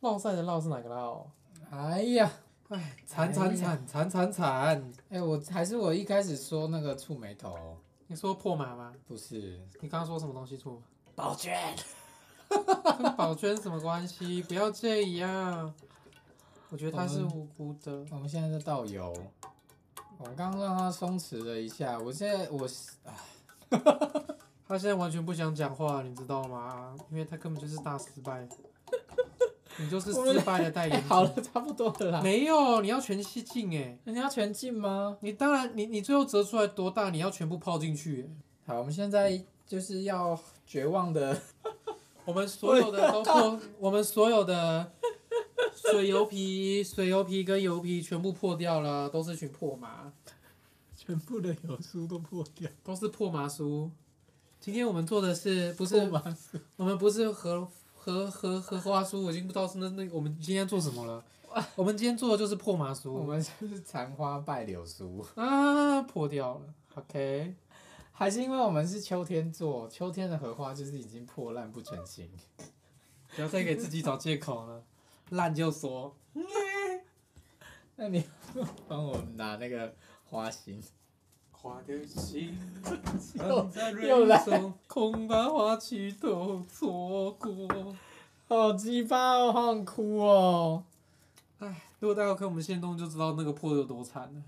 Speaker 1: 落赛的落是哪个哦落？
Speaker 2: 哎呀，哎，惨惨惨惨惨惨！哎，我还是我一开始说那个触眉头，
Speaker 1: 你说破马吗？
Speaker 2: 不是
Speaker 1: 你刚刚说什么东西 出？
Speaker 3: 宝娟，
Speaker 1: 跟宝娟什么关系？不要这样。我觉得她是
Speaker 2: 我们
Speaker 1: 无辜的。
Speaker 2: 我们现在在倒油，我刚刚让它松弛了一下，我现在我是
Speaker 1: 她现在完全不想讲话，你知道吗？因为她根本就是大失 败。你就是失败的代言
Speaker 2: 哎
Speaker 1: 人。
Speaker 2: 好了，差不多了啦。
Speaker 1: 没有，你要全吸进哎。
Speaker 2: 人家全进吗？
Speaker 1: 你当然，你你最后折出来多大，你要全部泡进去欸。
Speaker 2: 好，我们现在就是要绝望的，
Speaker 1: 我们所有的都破，我们所有的水油皮、水油皮跟油皮全部破掉了，都是群破麻。
Speaker 4: 全部的油酥都破掉，
Speaker 1: 都是破麻酥。今天我们做的 是不是？我们不是荷荷荷荷花酥，我已经不知道是那那我们今天做什么了。我们今天做的就是破麻
Speaker 2: 我
Speaker 1: 酥
Speaker 2: 们就是残花败柳酥，
Speaker 1: 啊，破掉了。OK，
Speaker 2: 还是因为我们是秋天做，秋天的荷花就是已经破烂不成形。
Speaker 1: 不要再给自己找借口 了，烂就说。
Speaker 2: 那你帮我拿那个花心，
Speaker 1: 花的心
Speaker 2: 又
Speaker 1: 嗯在
Speaker 2: 又来
Speaker 1: 中，恐怕花期都错过。
Speaker 2: 好鸡巴哦，好想哭哦！
Speaker 1: 唉，如果大家有看我们线动就知道那个破得有多惨了。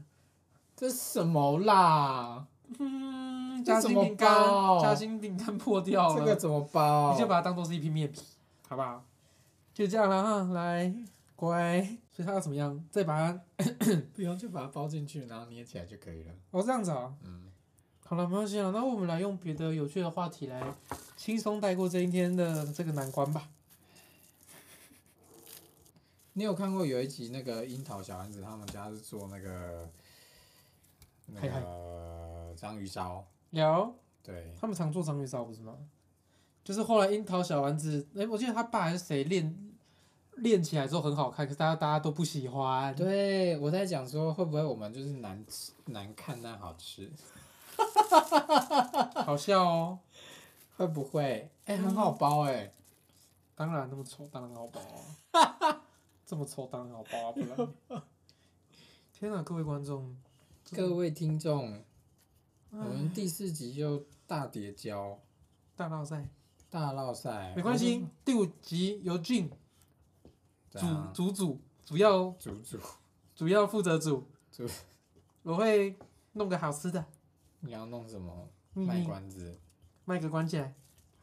Speaker 2: 这什么啦？
Speaker 1: 嗯，
Speaker 2: 这
Speaker 1: 夹
Speaker 2: 怎
Speaker 1: 心
Speaker 2: 么
Speaker 1: 饼干
Speaker 2: 包，
Speaker 1: 夹心饼干破掉了。
Speaker 2: 这个怎么包？
Speaker 1: 你就把它当做是一片面皮，好不好？就这样了哈，来，乖。所以它要怎么样？再把它，
Speaker 2: 不用就把它包进去，然后捏起来就可以了。
Speaker 1: 哦，这样子啊、
Speaker 2: 嗯，
Speaker 1: 好了，没关系了。啊那我们来用别的有趣的话题来轻松带过这一天的这个难关吧。
Speaker 2: 你有看过有一集那个樱桃小丸子他们家是做那个那
Speaker 1: 嗨
Speaker 2: 个章鱼烧，
Speaker 1: 有，
Speaker 2: 对，
Speaker 1: 他们常做章鱼烧不是吗？就是后来樱桃小丸子，哎、我记得他爸还是谁练练起来之后很好看，可是大家大家都不喜欢。
Speaker 2: 对，我在讲说会不会我们就是难吃难看但好吃，
Speaker 1: 好笑哦。
Speaker 2: 会不会？哎、很好包哎、
Speaker 1: 当然那么丑，当然好包啊！这么丑当然好包啊！不然，天哪，各位观众，
Speaker 2: 各位听众，我
Speaker 1: 哎
Speaker 2: 们第四集就大叠交
Speaker 1: 大闹赛
Speaker 2: 大闹赛，
Speaker 1: 没关系，第五集由俊
Speaker 2: 我
Speaker 1: 主
Speaker 2: 们，
Speaker 1: 主主主要
Speaker 2: 组组组
Speaker 1: 主要负责主
Speaker 2: 主，
Speaker 1: 我会弄个好吃的，
Speaker 2: 你要弄什么
Speaker 1: 你
Speaker 2: 卖
Speaker 1: 你
Speaker 2: 关子？
Speaker 1: 麦克关起来，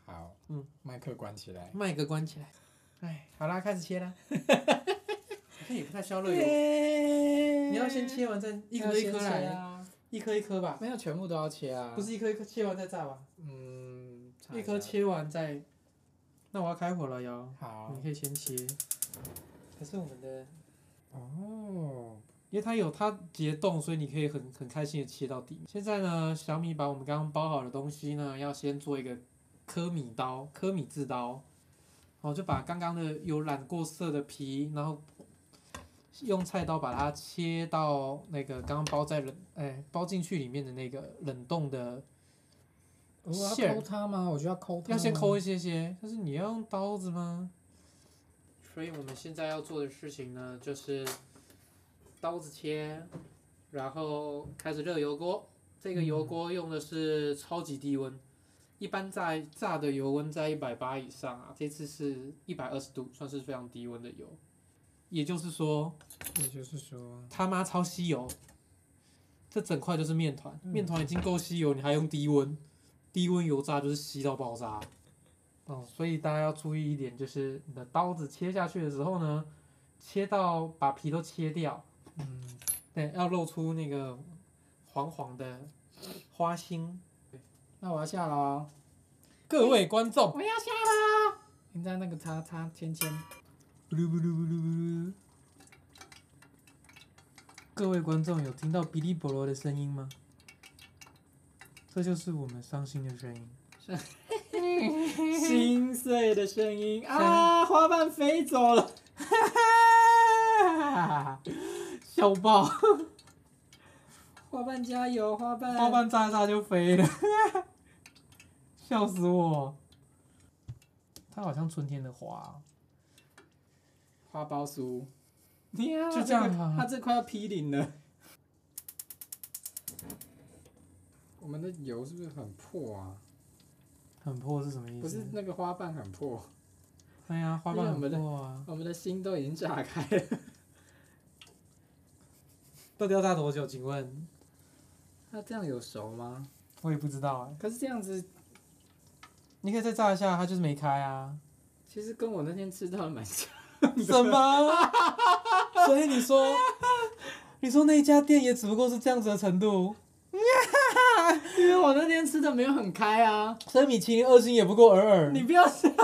Speaker 2: 好，
Speaker 1: 嗯，
Speaker 2: 麦克关起来。
Speaker 1: 麦克关起来。哎， 好啦，开始切啦。好像也不太需要热油，你
Speaker 2: 你
Speaker 1: 要先切完再一颗一颗来，
Speaker 2: 啊，
Speaker 1: 一颗一颗吧，
Speaker 2: 没有全部都要切啊。
Speaker 1: 不，是一颗一颗切完再炸吧？
Speaker 2: 嗯，
Speaker 1: 啊一颗切完再，那我要开火了哟。
Speaker 2: 好
Speaker 1: 你可以先切，还是我们的，
Speaker 2: 哦，
Speaker 1: 因为它有它结冻，所以你可以很很开心的切到底。现在呢，小米把我们刚刚包好的东西呢，要先做一个科米刀、科米制刀，然后就把刚刚的有染过色的皮，然后用菜刀把它切到那个刚刚包在冷哎包进去里面的那个冷冻的，
Speaker 2: 我要
Speaker 1: 馅儿
Speaker 2: 抠它吗？我就要抠它，
Speaker 1: 要先抠一。些些，但是你要用刀子吗？所以我们现在要做的事情呢，就是刀子切，然后开始热油锅。这个油锅用的是超级低温，一般在炸的油温在一百八以上啊，这次是一百二十度，算是非常低温的油。也就是说，
Speaker 2: 也就是说，
Speaker 1: 他妈超吸油，这整块就是面团，面团已经够吸油，你还用低温，低温油炸就是吸到爆炸。哦，所以大家要注意一点，就是你的刀子切下去的时候呢，切到把皮都切掉，
Speaker 2: 嗯，
Speaker 1: 对，要露出那个黄黄的花心。
Speaker 2: 那我要下了哦。
Speaker 1: 各位观众，
Speaker 3: 我要下
Speaker 2: 现在那个叉叉尖尖，
Speaker 1: 咕噜咕噜咕噜咕噜各位观众有听到哔哩菠萝的声音吗？这就是我们伤心的声音。
Speaker 2: 心碎的声音啊，花瓣飞走了。
Speaker 1: 笑爆！
Speaker 2: 花瓣加油，花瓣，
Speaker 1: 花瓣炸一炸就飞了，笑死我！它好像春天的花哦、
Speaker 2: 花苞酥。
Speaker 1: 就这样啊
Speaker 2: 他这块要劈零了。我们的油是不是很破啊？
Speaker 1: 很破是什么意思？
Speaker 2: 不是，那个花瓣很破，
Speaker 1: 哎呀，花瓣很
Speaker 2: 就是
Speaker 1: 破啊！
Speaker 2: 我们的心都已经炸开 了。
Speaker 1: 到底要炸多久？请问？
Speaker 2: 它这样有熟吗？
Speaker 1: 我也不知道哎、
Speaker 2: 可是这样子，
Speaker 1: 你可以再炸一下，它就是没开 啊。
Speaker 2: 其实跟我那天吃到的蛮 像。
Speaker 1: 什么？所以你说， 你说那家店也只不过是这样子的程度，
Speaker 2: 因为我那天吃的没有很开啊。
Speaker 1: 所以米其林二星也不过尔尔。
Speaker 2: 你不 要这样。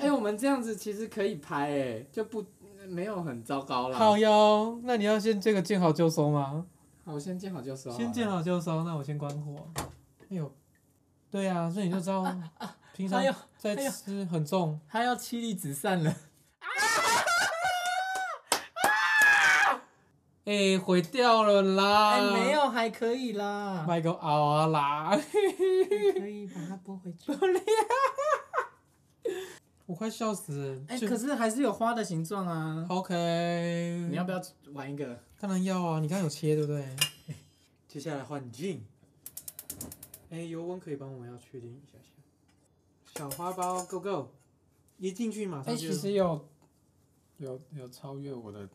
Speaker 2: 哎、我们这样子其实可以拍哎、就不没有很糟糕啦。
Speaker 1: 好，哟，那你要先这个见好就收吗？
Speaker 2: 好，我先见好就收。
Speaker 1: 先见。好就收，那我先关火。哎呦，对呀、啊，所以你就 知道，平常
Speaker 2: 哎呦
Speaker 1: 在
Speaker 2: 哎呦
Speaker 1: 吃很重。
Speaker 2: 它要妻离子散了。
Speaker 1: 哎、毁掉了啦！
Speaker 2: 哎、没，有，还可以啦。
Speaker 1: 麦克熬啊啦！
Speaker 2: 可以把它 拨回去。
Speaker 1: 我快笑死了。
Speaker 2: 哎、
Speaker 1: 就
Speaker 2: 可是还是有花的形状啊。
Speaker 1: OK，
Speaker 2: 你要不要玩一个？
Speaker 1: 当然要啊，你刚刚有切对不对？ 接下来换镜。哎、油温可以帮我们要确定一下下。小花苞 Go Go，一进去马
Speaker 2: 哎、
Speaker 1: 上就、
Speaker 2: 其实有有有超越我的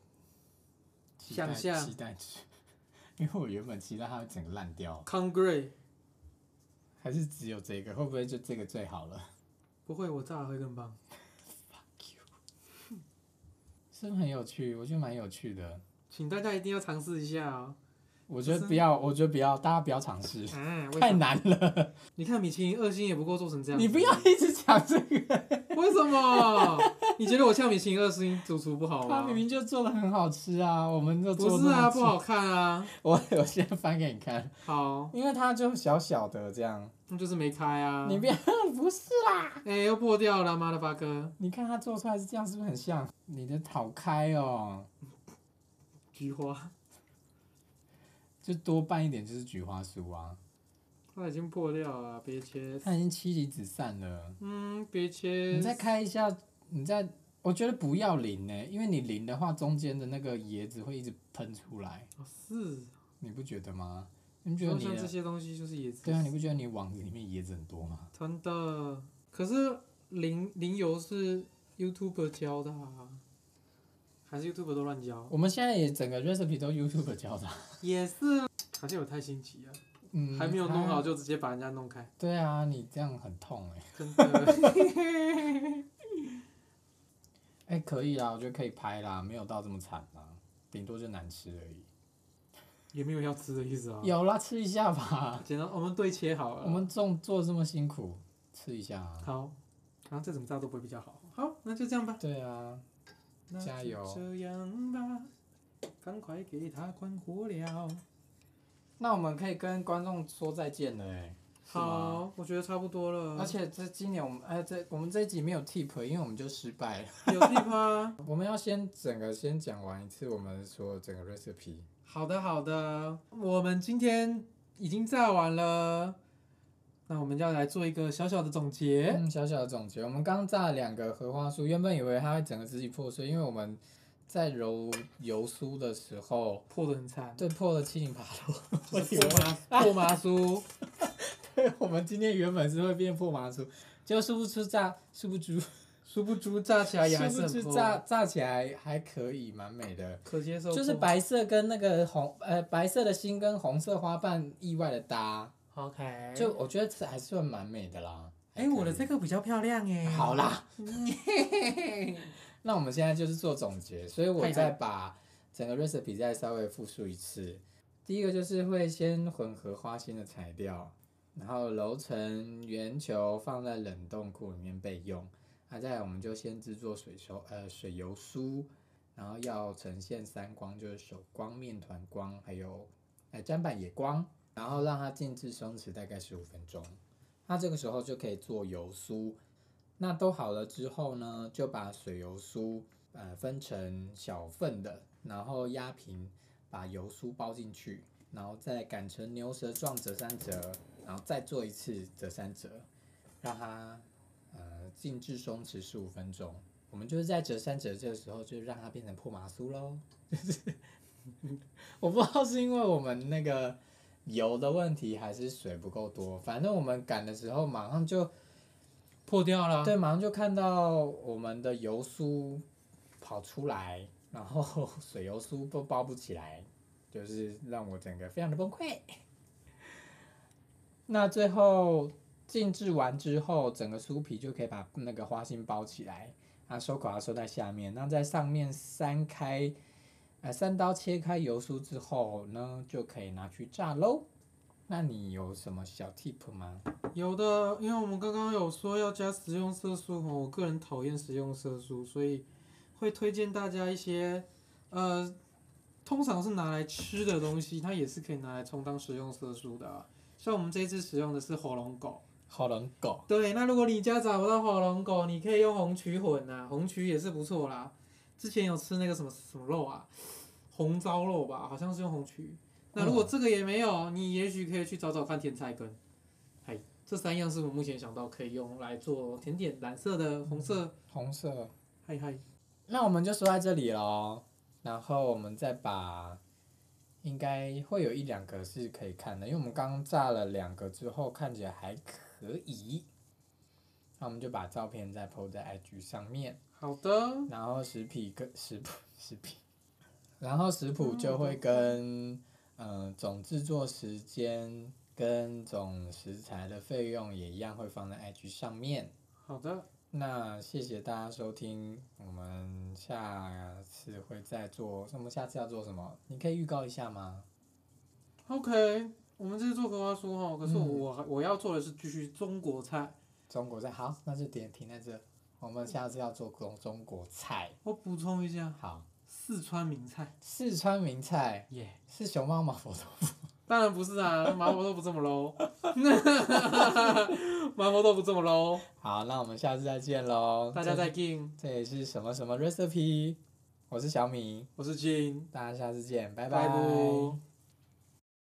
Speaker 2: 期待
Speaker 1: 想象
Speaker 2: 期待值，因为我原本期待它会整个烂掉，
Speaker 1: Congray
Speaker 2: 还是只有这个，会不会就这个最好了？
Speaker 1: 不会，我炸了会更棒。
Speaker 2: 是不是很有趣？我觉得蛮有趣的。
Speaker 1: 请大家一定要尝试一下 哦。
Speaker 2: 我觉
Speaker 1: 不
Speaker 2: 得
Speaker 1: 是
Speaker 2: 不要，我觉得不要，大家不要尝试，
Speaker 1: 啊，为
Speaker 2: 太
Speaker 1: 什么？
Speaker 2: 难了。
Speaker 1: 你看米其林二星也不够做成这样。
Speaker 2: 你不要，一直讲这个，
Speaker 1: 为什么？你觉得我像米其林二星主厨不好
Speaker 2: 它
Speaker 1: 吗
Speaker 2: 明？明就做的很好吃啊，我们就做
Speaker 1: 不
Speaker 2: 得
Speaker 1: 是
Speaker 2: 那
Speaker 1: 啊，
Speaker 2: 么
Speaker 1: 不
Speaker 2: 吃
Speaker 1: 好。看啊。
Speaker 2: 我我现在翻给你看，
Speaker 1: 好，
Speaker 2: 因为它就小小的这样，
Speaker 1: 那就是没开啊。
Speaker 2: 你不要不是啦。
Speaker 1: 哎、又破掉了，妈的巴哥，
Speaker 2: 你看它做出来是这样，是不是很像？你的好开哦，
Speaker 1: 菊花，
Speaker 2: 就多拌一点就是菊花酥啊。
Speaker 1: 它已经破掉了，别切。
Speaker 2: 它已经妻离子散了，
Speaker 1: 嗯，别切。
Speaker 2: 哎你再开一下，你再，我觉得不要淋呢、因为你淋的话，中间的那个椰子会一直喷出来，
Speaker 1: 哦是，
Speaker 2: 你不觉得吗？你不觉得
Speaker 1: 就
Speaker 2: 你
Speaker 1: 像这
Speaker 2: 的
Speaker 1: 些东西就是椰子。
Speaker 2: 对啊，你不觉得你网子里面椰子很多吗？
Speaker 1: 真的，可是零零油是 YouTuber 教的啊，还是 YouTuber 都乱教？
Speaker 2: 我们现在也整个 recipe 都 YouTube 教的啊，
Speaker 1: 也是，好像有太心急了，
Speaker 2: 嗯
Speaker 1: 还没有弄好
Speaker 2: 它
Speaker 1: 就直接把人家弄开，
Speaker 2: 对啊，你这样很痛哎、
Speaker 1: 真的。
Speaker 2: 哎、可以啊，我觉得可以拍啦，没有到这么惨啊，顶多就难吃而已。
Speaker 1: 也没有要吃的意思啊。
Speaker 2: 有啦，吃一下吧，
Speaker 1: 剪刀，我们对切好了。
Speaker 2: 我们种做这么辛苦，吃一下啊。
Speaker 1: 好，然后再怎么炸都不会比较好。好，那就这样吧。
Speaker 2: 对啊，
Speaker 1: 那就
Speaker 2: 加油
Speaker 1: 这样吧，赶快给他关火了。
Speaker 2: 那我们可以跟观众说再见了哎、是吗
Speaker 1: 好，我觉得差不多了。
Speaker 2: 而且这今年我们哎，这我们这一集没有 tip，因为我们就失败了。
Speaker 1: 有 tip 啊。
Speaker 2: 我们要先整个先讲完一次我们所有整个 recipe。
Speaker 1: 好的，好的，我们今天已经炸完了，那我们要来做一个小小的总结。
Speaker 2: 嗯，小小的总结，我们刚炸了两个荷花酥，原本以为它会整个自己破碎，因为我们在揉油酥的时候，
Speaker 1: 破的很惨，
Speaker 2: 对破了七零八落。
Speaker 1: 就是破麻破麻 酥，
Speaker 2: 对，我们今天原本是会变破麻酥，结果殊不知炸，殊不知，
Speaker 1: 殊不知炸起来也还是
Speaker 2: 殊不
Speaker 1: 很
Speaker 2: 知
Speaker 1: 破，
Speaker 2: 炸炸起来还可以，蛮美的。
Speaker 1: 可接受，
Speaker 2: 就是，白色跟那个红，呃，白色的心跟红色花瓣意外的搭，
Speaker 1: OK，
Speaker 2: 就我觉得这还算蛮美的啦。
Speaker 1: 哎、
Speaker 2: 还可
Speaker 1: 我的
Speaker 2: 以
Speaker 1: 这个比较漂亮哎、
Speaker 2: 好，啦， 那我们现在就是做总结，所以我再把整个 recipe 再稍微复述一次。第一个就是会先混合花心的材料，然后揉成圆球，放在冷冻库里面备用。那再来我们就先制作水手呃水油酥，然后要呈现三光，就是手光、面团光，还有呃砧板也光，然后让它静置松弛大概十五分钟。那这个时候就可以做油酥，那都好了之后呢，就把水油酥呃分成小份的，然后压平，把油酥包进去，然后再擀成牛舌状折三折，然后再做一次折三折，让它呃静置松弛十五分钟。我们就是在折三折这个时候，就让它变成破麻酥喽。就是 我不知道是因为我们那个油的问题，还是水不够多，反正我们擀的时候马上就
Speaker 1: 破掉了，
Speaker 2: 对，马上就看到我们的油酥跑出来，然后 水油酥都包不起来，就是让我整个非常的崩溃。那最后静置完之后，整个酥皮就可以把那个花心包起来，啊，收口要收在下面，那在上面三开，呃，三刀切开油酥之后呢，就可以拿去炸喽。那你有什么小 tip 吗？
Speaker 1: 有的，因为我们刚刚有说要加食用色素哦，我个人讨厌食用色素，所以会推荐大家一些，呃，通常是拿来吃的东西，它也是可以拿来充当食用色素的啊、像我们这一次使用的是火龙果，
Speaker 2: 好人狗。
Speaker 1: 对，那如果你家找不到火龙果，你可以用红曲混啊，红曲也是不错啦。之前有吃那个什么什么肉啊，红糟肉吧，好像是用红曲。那如果这个也没有，你也许可以去找找看甜菜根。哎，这三样是我目前想到可以用来做甜点，蓝色的、红色，
Speaker 2: 红色。
Speaker 1: 嗨嗨，
Speaker 2: 那我们就说在这里喽，然后我们再把，应该会有一两个是可以看的，因为我们刚炸了两个之后，看起来还可以。那我们就把照片再 PO 在 IG 上面，
Speaker 1: 好的，
Speaker 2: 然后食品跟食谱食品，然后食谱就会跟嗯、呃总制作时间跟总食材的费用也一样会放在 IG 上面。
Speaker 1: 好的，
Speaker 2: 那谢谢大家收听，我们下次会再做，我们下次要做什么？你可以预告一下吗？
Speaker 1: OK。我们这是做荷花酥哈，可是
Speaker 2: 嗯
Speaker 1: 我、还我要做的是继续中国菜，
Speaker 2: 中国菜好，那就点停在这。我们下次要做中中国菜，
Speaker 1: 我补充一下，
Speaker 2: 好，
Speaker 1: 四川名菜，
Speaker 2: 四川名菜
Speaker 1: 耶、
Speaker 2: 是熊猫麻婆豆腐，
Speaker 1: 当然不是啊，麻婆豆腐这么 low，麻婆豆腐这么 low，
Speaker 2: 好，那我们下次再见喽，
Speaker 1: 大家再
Speaker 2: 这
Speaker 1: 见，
Speaker 2: 这里是什么什么 recipe，我是小米，
Speaker 1: 我是金，
Speaker 2: 大家下次见，拜
Speaker 1: 拜拜。